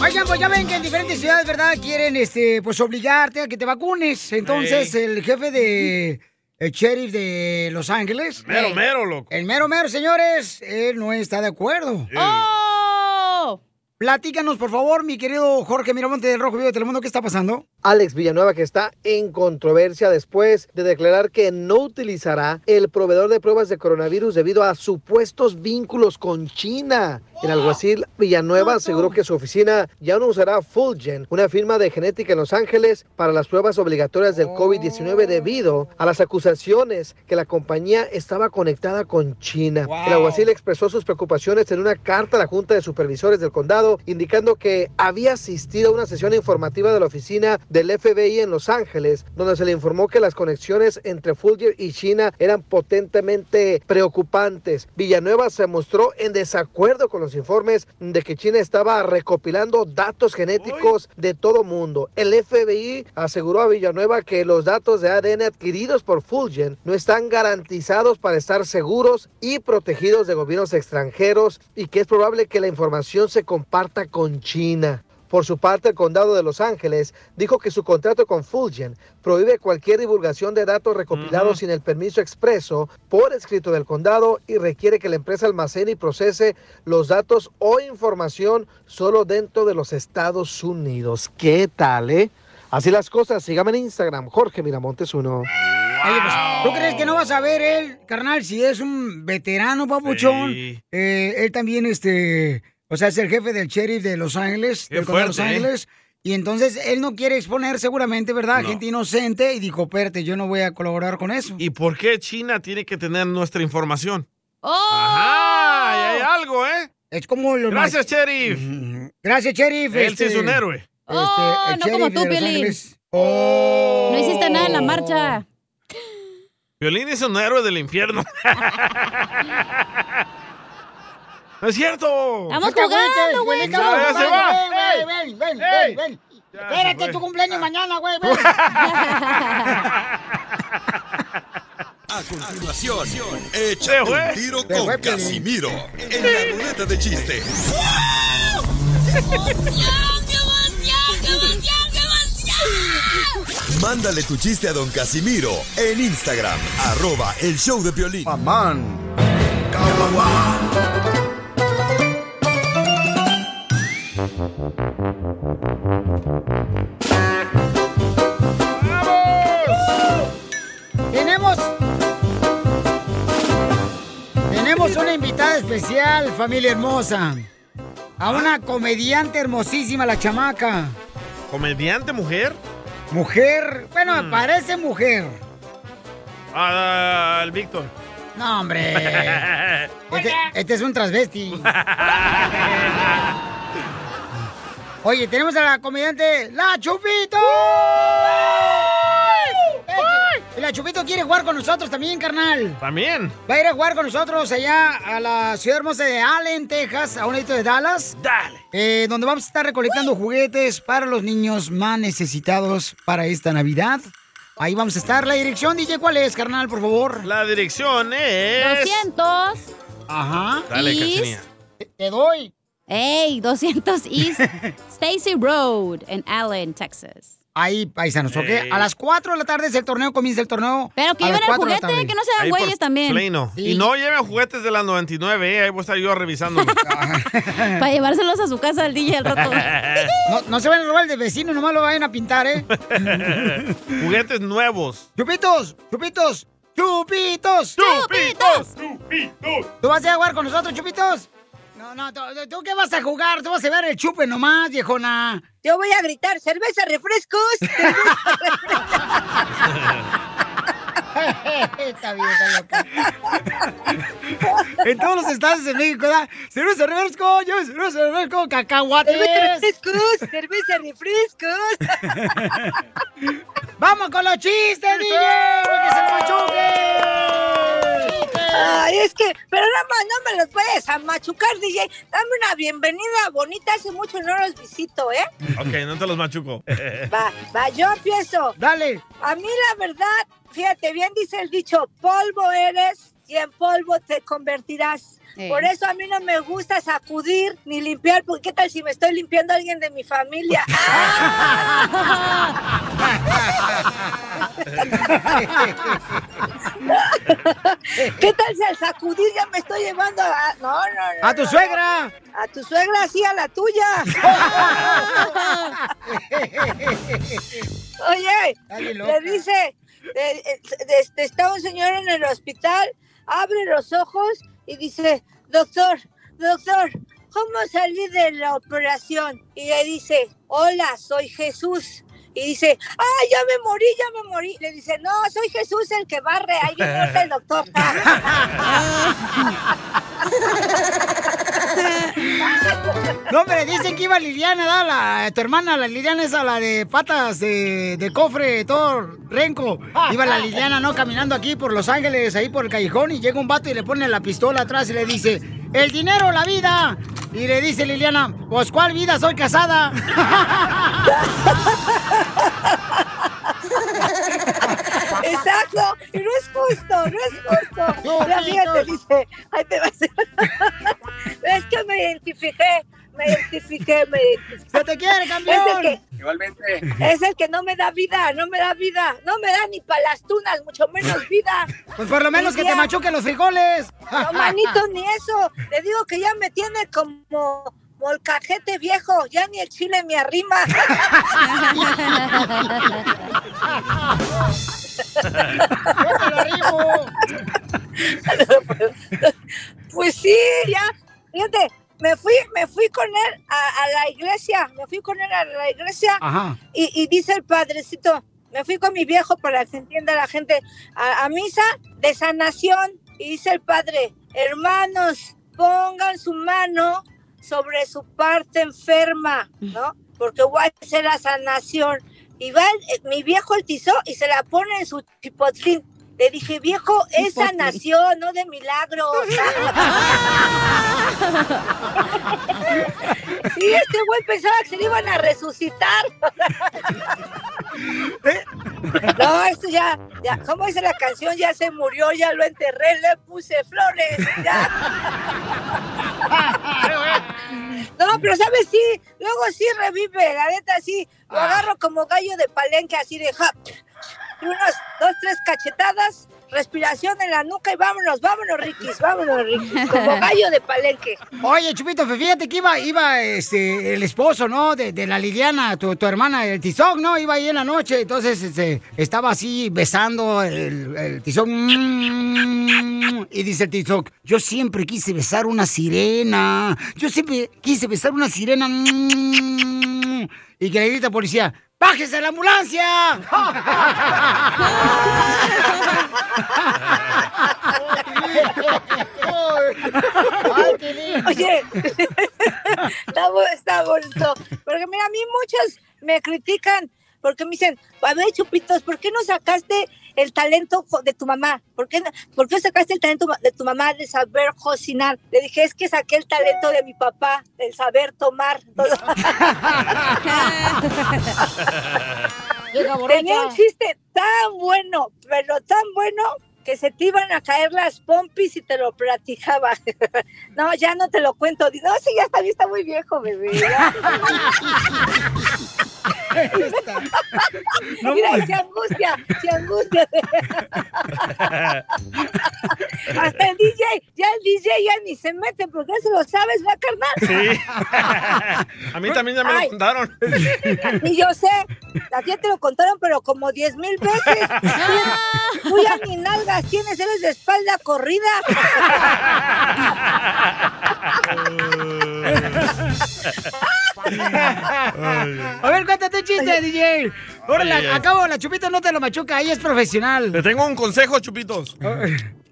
Oigan, pues ya ven que en diferentes ciudades, ¿verdad? Quieren, este, pues obligarte a que te vacunes. Entonces, Ey. el jefe de... El sheriff de Los Ángeles. Mero, Ey. mero, loco. El mero, mero, señores. Él no está de acuerdo. ¡Oh! Platícanos, por favor, mi querido Jorge Miramonte del Rojo Vivo de Telemundo, ¿qué está pasando? Alex Villanueva, que está en controversia después de declarar que no utilizará el proveedor de pruebas de coronavirus debido a supuestos vínculos con China. El alguacil Villanueva aseguró que su oficina ya no usará Fulgen, una firma de genética en Los Ángeles, para las pruebas obligatorias del COVID-19 debido a las acusaciones que la compañía estaba conectada con China. El alguacil expresó sus preocupaciones en una carta a la Junta de Supervisores del Condado, indicando que había asistido a una sesión informativa de la oficina del FBI en Los Ángeles, donde se le informó que las conexiones entre Fulger y China eran potentemente preocupantes. Villanueva se mostró en desacuerdo con los informes de que China estaba recopilando datos genéticos de todo mundo. El FBI aseguró a Villanueva que los datos de ADN adquiridos por Fulgen no están garantizados para estar seguros y protegidos de gobiernos extranjeros y que es probable que la información se comparta con China. Por su parte, el condado de Los Ángeles dijo que su contrato con Fulgen prohíbe cualquier divulgación de datos recopilados sin el permiso expreso por escrito del condado y requiere que la empresa almacene y procese los datos o información solo dentro de los Estados Unidos. ¿Qué tal, eh? Así las cosas. Sígame en Instagram, Jorge Miramontes 1. Oye, pues, ¿tú crees que no vas a ver él, carnal, si es un veterano, papuchón? Sí. Eh, él también, este, o sea, es el jefe del sheriff de Los Ángeles, Qué del condado de Los fuerte, ¿eh? Ángeles. Y entonces él no quiere exponer seguramente, ¿verdad? Gente inocente y dijo, perte, yo no voy a colaborar con eso. ¿Y por qué China tiene que tener nuestra información? ¡Oh! Ajá, ahí hay algo, ¿eh? Es como lo Gracias, más- sheriff. Gracias, sheriff. Él sí es un héroe. este, Oh, el no como sheriff tú, de Los Piolín. Ángeles. Oh. No hiciste nada en la marcha. Violín es un héroe del (laughs) infierno. ¡No es cierto! No te agüites, güey, Ya, estamos ya se jugando, va. güey, Ven, ven, ven, ven, ven. se Espérate fue. Ah. tu cumpleaños (laughs) mañana, güey, ven. A continuación, échate un tiro con Casimiro en la ruleta de chistes. Mándale tu chiste a don Casimiro en Instagram, arroba el show de violín. Amán. Tenemos. Tenemos una invitada especial, familia hermosa. A Ah. una comediante hermosísima, la chamaca. ¿Comediante mujer? Mm. Mujer. Bueno, parece mujer. Ah, el Víctor. No, hombre. (laughs) Este, este es un transvesti. Oye, tenemos a la comediante La Chupito. Este, La Chupito quiere jugar con nosotros también, carnal. También. Va a ir a jugar con nosotros allá a la ciudad hermosa de Allen, Texas, a un edito de Dallas. Eh, Dale. donde vamos a estar recolectando juguetes para los niños más necesitados para esta Navidad. Ahí vamos a estar. La dirección, DJ, ¿cuál es, carnal, por favor? La dirección es... 200. Ajá. Dale, East. Cachanía. Te doy. (laughs) Ey, 200 East Stacy Road en Allen, Texas. Ahí, paisanos, ¿ok? Ey. A las 4 de la tarde es el torneo, comienza el torneo. Pero que a lleven las el 4 de la juguete, tarde. que no sean Ahí por güeyes también. Plano. Sí. Y no lleven juguetes de la 99, ¿eh? Ahí voy a estar yo revisando. Para llevárselos a su casa al DJ (laughs) al rato. (laughs) No, no se van a robar el de vecino, nomás lo vayan a pintar, ¿eh? (laughs) juguetes nuevos. ¡Chupitos! ¡Chupitos! ¡Chupitos! ¡Chupitos! ¿Tú vas a ir a jugar con nosotros, Chupitos? No, no, ¿tú, tú qué vas a jugar? Tú vas a ver el chupe nomás, viejona. Yo voy a gritar, cerveza, (laughs) refrescos. (laughs) Esta vieja loca. En todos los estados de México, ¿verdad? Cerveza refresco, yo cerveza refresco, cacahuates. cerveza, refrescos. Cerveza, refrescos. (laughs) ¡Vamos con los chistes, DJ! ¡Que se lo machuque! Ay, es que, pero nada más no me los vayas a machucar, DJ. Dame una bienvenida bonita. Hace mucho no los visito, ¿eh? Ok, no te los (laughs) machuco. Va, va, yo empiezo. Dale. A mí la verdad, fíjate bien, dice el dicho, polvo eres y en polvo te convertirás. Ey. Por eso a mí no me gusta sacudir ni limpiar, porque qué tal si me estoy limpiando a alguien de mi (laughs) familia. (laughs) ¿Qué tal si al sacudir ya me estoy llevando a... No, no, (laughs) no. ¡A tu no, no. suegra! A tu suegra, sí, a (laughs) la tuya. (laughs) Oye, Dale, loca. le dice, eh, eh, de- de- está un señor en el hospital, abre los ojos y dice, doctor, doctor, ¿cómo salí de la operación? Y le dice, hola, soy Jesús. Y dice, ah, ya me morí, ya me morí. Le dice, no, soy Jesús el que barre, ahí viene ahorita el doctor. (laughs) No, hombre, dicen que iba Liliana, ¿da? La, tu hermana, la Liliana esa, la de patas de, de cofre, todo renco. Iba la Liliana, ¿no? Caminando aquí por Los Ángeles, ahí por el callejón, y llega un vato y le pone la pistola atrás y le dice, el dinero, o la vida. Y le dice Liliana, pues cuál vida, soy casada. Exacto, y no es justo, no es (laughs) justo. Una amiga te dice, ahí te vas. (laughs) es que me identifiqué, me identifiqué, me identifiqué. ¡Se te quiere, campeón! Es el que, Igualmente. (laughs) es el que no me da vida, no me da vida, no me da ni para las tunas, mucho menos vida. Pues por lo menos Y que te ya, machuquen los frijoles. No, manito, ni eso. Le digo que ya me tiene como molcajete viejo, ya ni el chile me arrima. Pues sí, ya. Fíjate, me fui, me fui con él a, a la iglesia, me fui con él a la iglesia Ajá. y, y dice el padrecito, me fui con mi viejo para que entienda la gente a, a misa de sanación y dice el padre, hermanos, pongan su mano sobre su parte enferma, ¿no? Porque voy a hacer la sanación. Y va el- eh, mi viejo el tizó y se la pone en su chipotlín. Le dije, viejo, es Chipotlín. sanación, no de milagros. Sí, este güey pensaba que se le iban a resucitar. No, esto ya, ya, ¿cómo dice la canción? Ya se murió, ya lo enterré, le puse flores. ya. No, pero sabes, sí, luego sí revive, la neta sí, lo agarro como gallo de palenque, así de ja, y unas dos, tres cachetadas, respiración en la nuca y vámonos, vámonos, Riquis, vámonos, Riquis, como gallo de palenque. Oye, Chupito, fíjate que iba, iba este, el esposo, ¿no? De, de la Liliana, tu, tu hermana, el tizón, ¿no? Iba ahí en la noche, entonces este, estaba así besando el, el tizón. Mm, Y dice el tizón, yo siempre quise besar una sirena, yo siempre quise besar una sirena. Mm, Y que le grita al policía, ¡bájese la ambulancia! Oye, (laughs) está, bu- está bonito. Porque mira, a mí muchos me critican porque me dicen, a ver, Chupitos, ¿por qué no sacaste el talento jo- de tu mamá? ¿Por qué, no- ¿Por qué sacaste el talento de tu mamá de saber cocinar? Le dije, es que saqué el talento de mi papá, el saber tomar. (laughs) Tenía un chiste tan bueno, pero tan bueno que se te iban a caer las pompis y te lo platicaba. (laughs) no, ya no te lo cuento. Di- No, sí, ya está, ya está muy viejo, bebé. Ya. No, Mira, pues. se angustia, se angustia. (laughs) Hasta el DJ, ya el DJ ya ni se mete porque ya se lo sabes, va carnal. A mí también ya me Ay. lo contaron. (laughs) Y yo sé, a ti ya te lo contaron, pero como 10 mil veces. Tú ya ni nalgas tienes, eres de espalda corrida. A ver, cuéntate un chiste, DJ. Órale, Ay, ay. acabo, la chupita no te lo machuca, ella es profesional. Te tengo un consejo, Chupitos.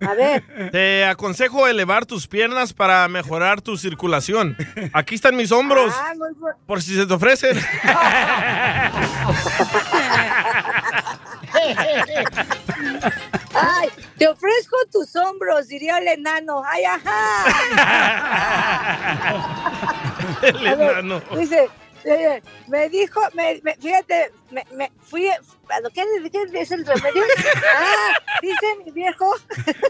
A ver. Te aconsejo elevar tus piernas para mejorar tu circulación. Aquí están mis hombros, Ah, muy bu- por si se te ofrecen. (laughs) Ay, te ofrezco tus hombros, diría el enano. Ay, ajá. El A ver, enano. Dice, eh, me dijo, me, me- fíjate, me, me fui, ¿a lo que qué es el remedio? Ah, dice mi viejo.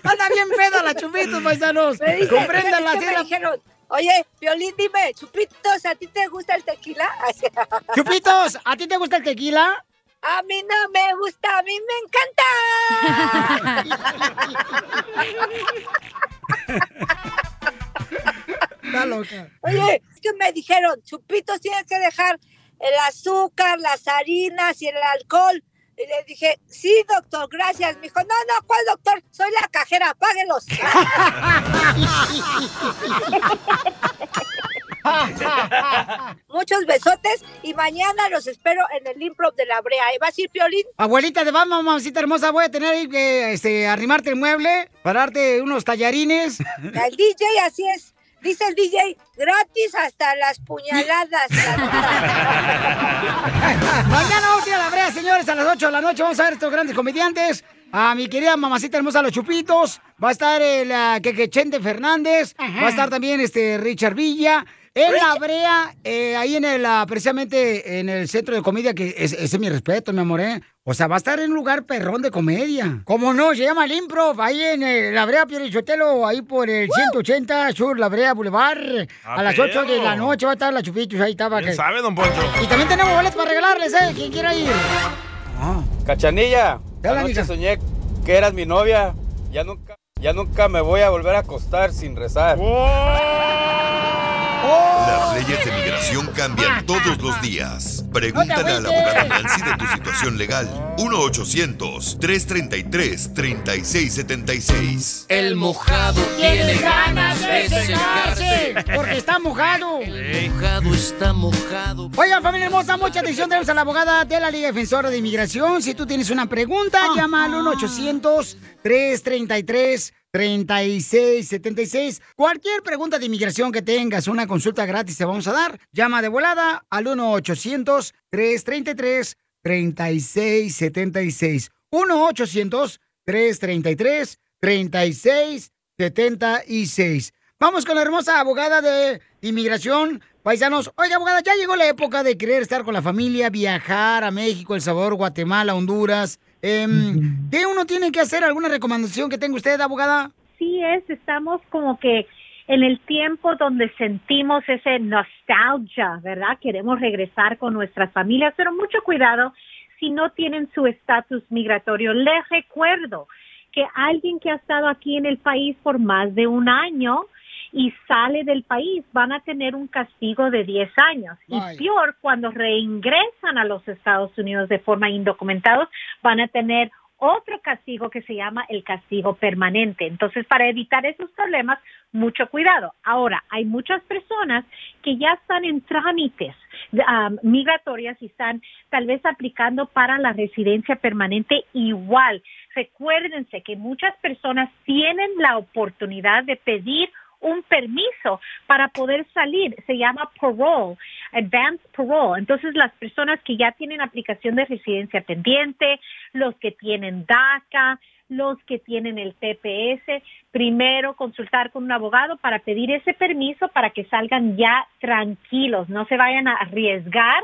Anda bien pedo la pues, chupitos, paisanos. Me dice, Compréndanla, ¿sabes qué sí, me la- dijeron? Oye, Violín, dime, Chupitos, ¿a ti te gusta el tequila? (laughs) Chupitos, ¿a ti te gusta el tequila? A mí no me gusta, a mí me encanta. (laughs) Está loca. Oye, es que me dijeron, Chupitos, tienes que dejar el azúcar, las harinas y el alcohol. Y le dije, sí, doctor, gracias. Me dijo, no, no, ¿cuál doctor? Soy la (laughs) cajera, páguelos. Muchos besotes y mañana los espero en el improv de la Brea. ¿Y vas a ir, Piolín? Abuelita de Batman, mamacita hermosa, voy a tener ahí que este, arrimarte el mueble, pararte unos tallarines. El DJ así es. Dice el DJ, gratis hasta las puñaladas. Mañana vamos a ir a la brea, señores, a las 8 de la noche. Vamos a ver estos grandes comediantes. A mi querida mamacita hermosa Los Chupitos. Va a estar el ah, Quequechente Fernández. Va a estar también este Richard Villa. En la brea, eh, ahí en el, ah, precisamente en el centro de comedia, que es- ese es mi respeto, mi amor, ¿eh? O sea, va a estar en un lugar perrón de comedia. ¿Cómo no? Se llama el Improv, ahí en eh, la Brea Pielichotelo, ahí por el 180 Sur, la Brea Boulevard. A las 8 de la Apeo. noche va a estar la Chupitos, ahí estaba. ¿Quién que- sabe, don Poncho? y también tenemos boletos para regalarles, ¿eh? Quien quiera ir. Cachanilla, ¿Qué habla, anoche mija? soñé que eras mi novia. Ya nunca, ya nunca me voy a volver a acostar sin rezar. ¡Oh! Las leyes de migración cambian todos los días. Pregúntale a la abogada Nancy de tu situación legal. 1-800-333-3676. El mojado Tiene ganas de secarse, porque está mojado. mojado está mojado. Oigan, familia hermosa, mucha atención. Tenemos a la abogada de la Liga Defensora de Inmigración. Si tú tienes una pregunta, llama al 1-800-333-3676. Cualquier pregunta de inmigración que tengas, una consulta gratis te vamos a dar. Llama de volada al 1-800-333-3676. 1-800-333-3676. Vamos con la hermosa abogada de inmigración. Paisanos, oiga abogada, ya llegó la época de querer estar con la familia, viajar a México, El Salvador, Guatemala, Honduras. Em, ¿Qué uno tiene que hacer? ¿Alguna recomendación que tenga usted, abogada? Sí es, estamos como que en el tiempo donde sentimos ese nostalgia, ¿verdad? Queremos regresar con nuestras familias, pero mucho cuidado si no tienen su estatus migratorio. Les recuerdo que alguien que ha estado aquí en el país por más de un año y sale del país van a tener un castigo de 10 años. Y peor, cuando reingresan a los Estados Unidos de forma indocumentados, van a tener otro castigo que se llama el castigo permanente. Entonces, para evitar esos problemas, mucho cuidado. Ahora, hay muchas personas que ya están en trámites de, ah, migratorias y están tal vez aplicando para la residencia permanente igual. Recuérdense que muchas personas tienen la oportunidad de pedir un permiso para poder salir. Se llama parole, advanced parole. Entonces, las personas que ya tienen aplicación de residencia pendiente, los que tienen DACA, los que tienen el TPS, primero consultar con un abogado para pedir ese permiso para que salgan ya tranquilos, no se vayan a arriesgar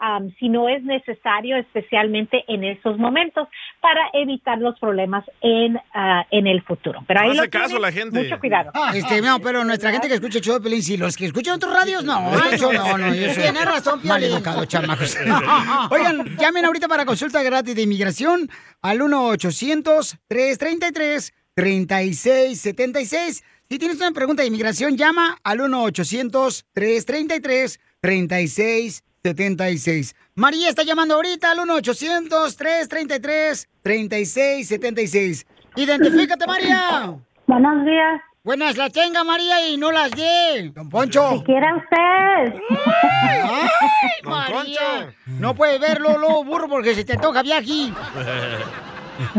um, si no es necesario, especialmente en esos momentos, para evitar los problemas en, ah, en el futuro. Pero ahí No lo hace caso tienen, la gente. Mucho cuidado. Este, no, pero (laughs) nuestra gente que escucha el show de Pelín, si los que escuchan otros radios, no. Ay, Yo no, no, (laughs) yo soy tienes razón, Piolín. mal educado, (laughs) chamacos. (laughs) Oigan, llamen ahorita para consulta gratis de inmigración al 1-800-333-3676. Si tienes una pregunta de inmigración, llama al 1-800-333-3676. María está llamando ahorita al 1-800-333-3676. ¡Identifícate, María! Buenos días. Buenas la tenga, María, y no las dé. Don Poncho. Quiera usted. ¡Ay, María! No puedes verlo, lobo burro, porque se te antoja viaje.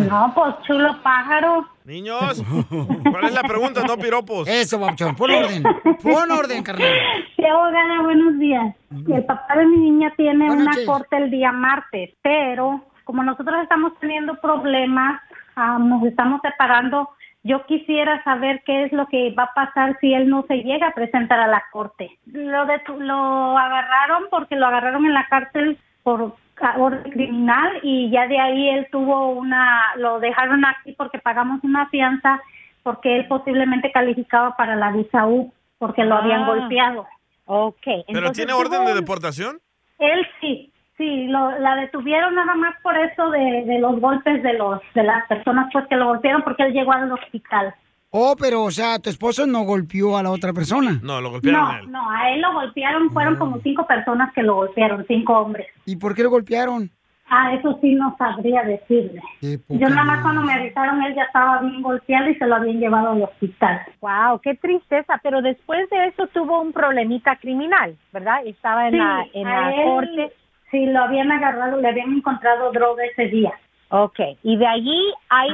No, pues chulo pájaro. Niños, ¿cuál es la pregunta? No piropos. Eso, Babchón, pon orden. Pon orden, carnal. Diego Gana, buenos días. El papá de mi niña tiene Buenas una noches. corte el día martes, pero como nosotros estamos teniendo problemas, ah, nos estamos separando. Yo quisiera saber qué es lo que va a pasar si él no se llega a presentar a la corte. Lo, detu- lo agarraron porque lo agarraron en la cárcel por ca- orden criminal y ya de ahí él tuvo una, lo dejaron aquí porque pagamos una fianza porque él posiblemente calificaba para la visa U porque lo habían Ah. golpeado. Ok. ¿Pero tiene orden de deportación? Él sí, sí, lo- la detuvieron nada más por eso de, de los golpes de los de las personas pues que lo golpearon porque él llegó al hospital. Oh, pero, o sea, tu esposo no golpeó a la otra persona. No, lo golpearon a No, él. no, a él lo golpearon, fueron como cinco personas que lo golpearon, cinco hombres. Ah. ¿Y por qué lo golpearon? Ah, eso sí no sabría decirle. Qué poca Yo nada más madre. cuando me avisaron él ya estaba bien golpeado y se lo habían llevado al hospital. Wow, qué tristeza. Pero después de eso tuvo un problemita criminal, ¿verdad? Estaba en Sí, la, en a la él corte. Sí, lo habían agarrado, le habían encontrado droga ese día. Ok, y de allí ahí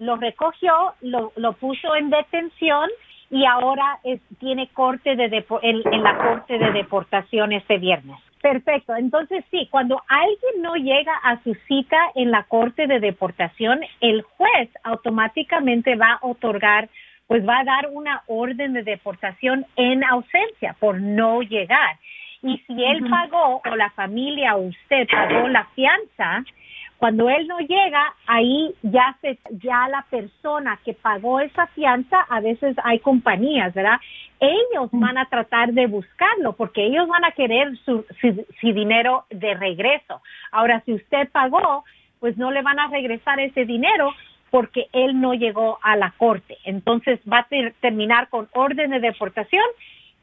lo recogió, lo, lo puso en detención y ahora es- tiene corte de depo- en, en la corte de deportación este viernes. Perfecto, entonces sí, cuando alguien no llega a su cita en la corte de deportación, el juez automáticamente va a otorgar, pues va a dar una orden de deportación en ausencia por no llegar. Y si él Ujú. pagó o la familia o usted pagó la fianza, cuando él no llega, ahí ya se, ya la persona que pagó esa fianza, a veces hay compañías, ¿verdad? Ellos van a tratar de buscarlo porque ellos van a querer su, su- su dinero de regreso. Ahora, si usted pagó, pues no le van a regresar ese dinero porque él no llegó a la corte. Entonces va a ter- terminar con orden de deportación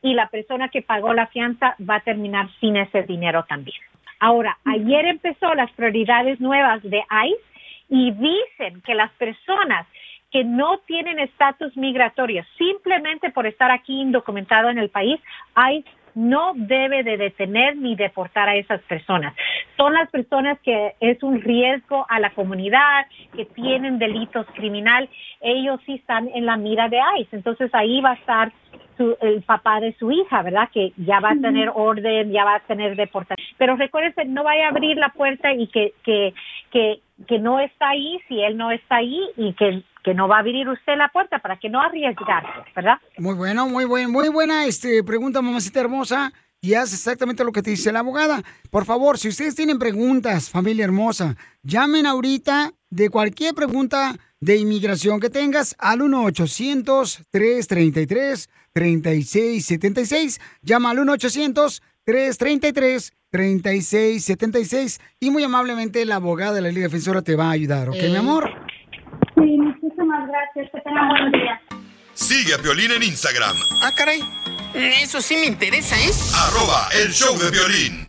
y la persona que pagó la fianza va a terminar sin ese dinero también. Ahora, ayer empezó las prioridades nuevas de ICE y dicen que las personas que no tienen estatus migratorio simplemente por estar aquí indocumentado en el país, ICE no debe de detener ni deportar a esas personas. Son las personas que es un riesgo a la comunidad, que tienen delitos criminal, ellos sí están en la mira de ICE. Entonces ahí va a estar su- el papá de su hija, ¿verdad? Que ya va a Ujú. tener orden, ya va a tener deportación. Pero recuérdense, no vaya a abrir la puerta y que, que, que, que no está ahí, si él no está ahí, y que, que no va a abrir usted la puerta para que no arriesgarse, ¿verdad? Muy bueno, muy buena, muy buena este, pregunta, mamacita hermosa. Y hace exactamente lo que te dice la abogada. Por favor, si ustedes tienen preguntas, familia hermosa, llamen ahorita de cualquier pregunta de inmigración que tengas al 1-800-333-3676. Llama al 1-800-333-3676. Y muy amablemente la abogada de la Liga Defensora te va a ayudar, ¿ok, mi amor? Sí, muchísimas gracias, que tengan buen día. Sigue a Piolín en Instagram, Ah, caray. Eso sí Mm, me interesa, ¿eh? arroba el show de Piolín.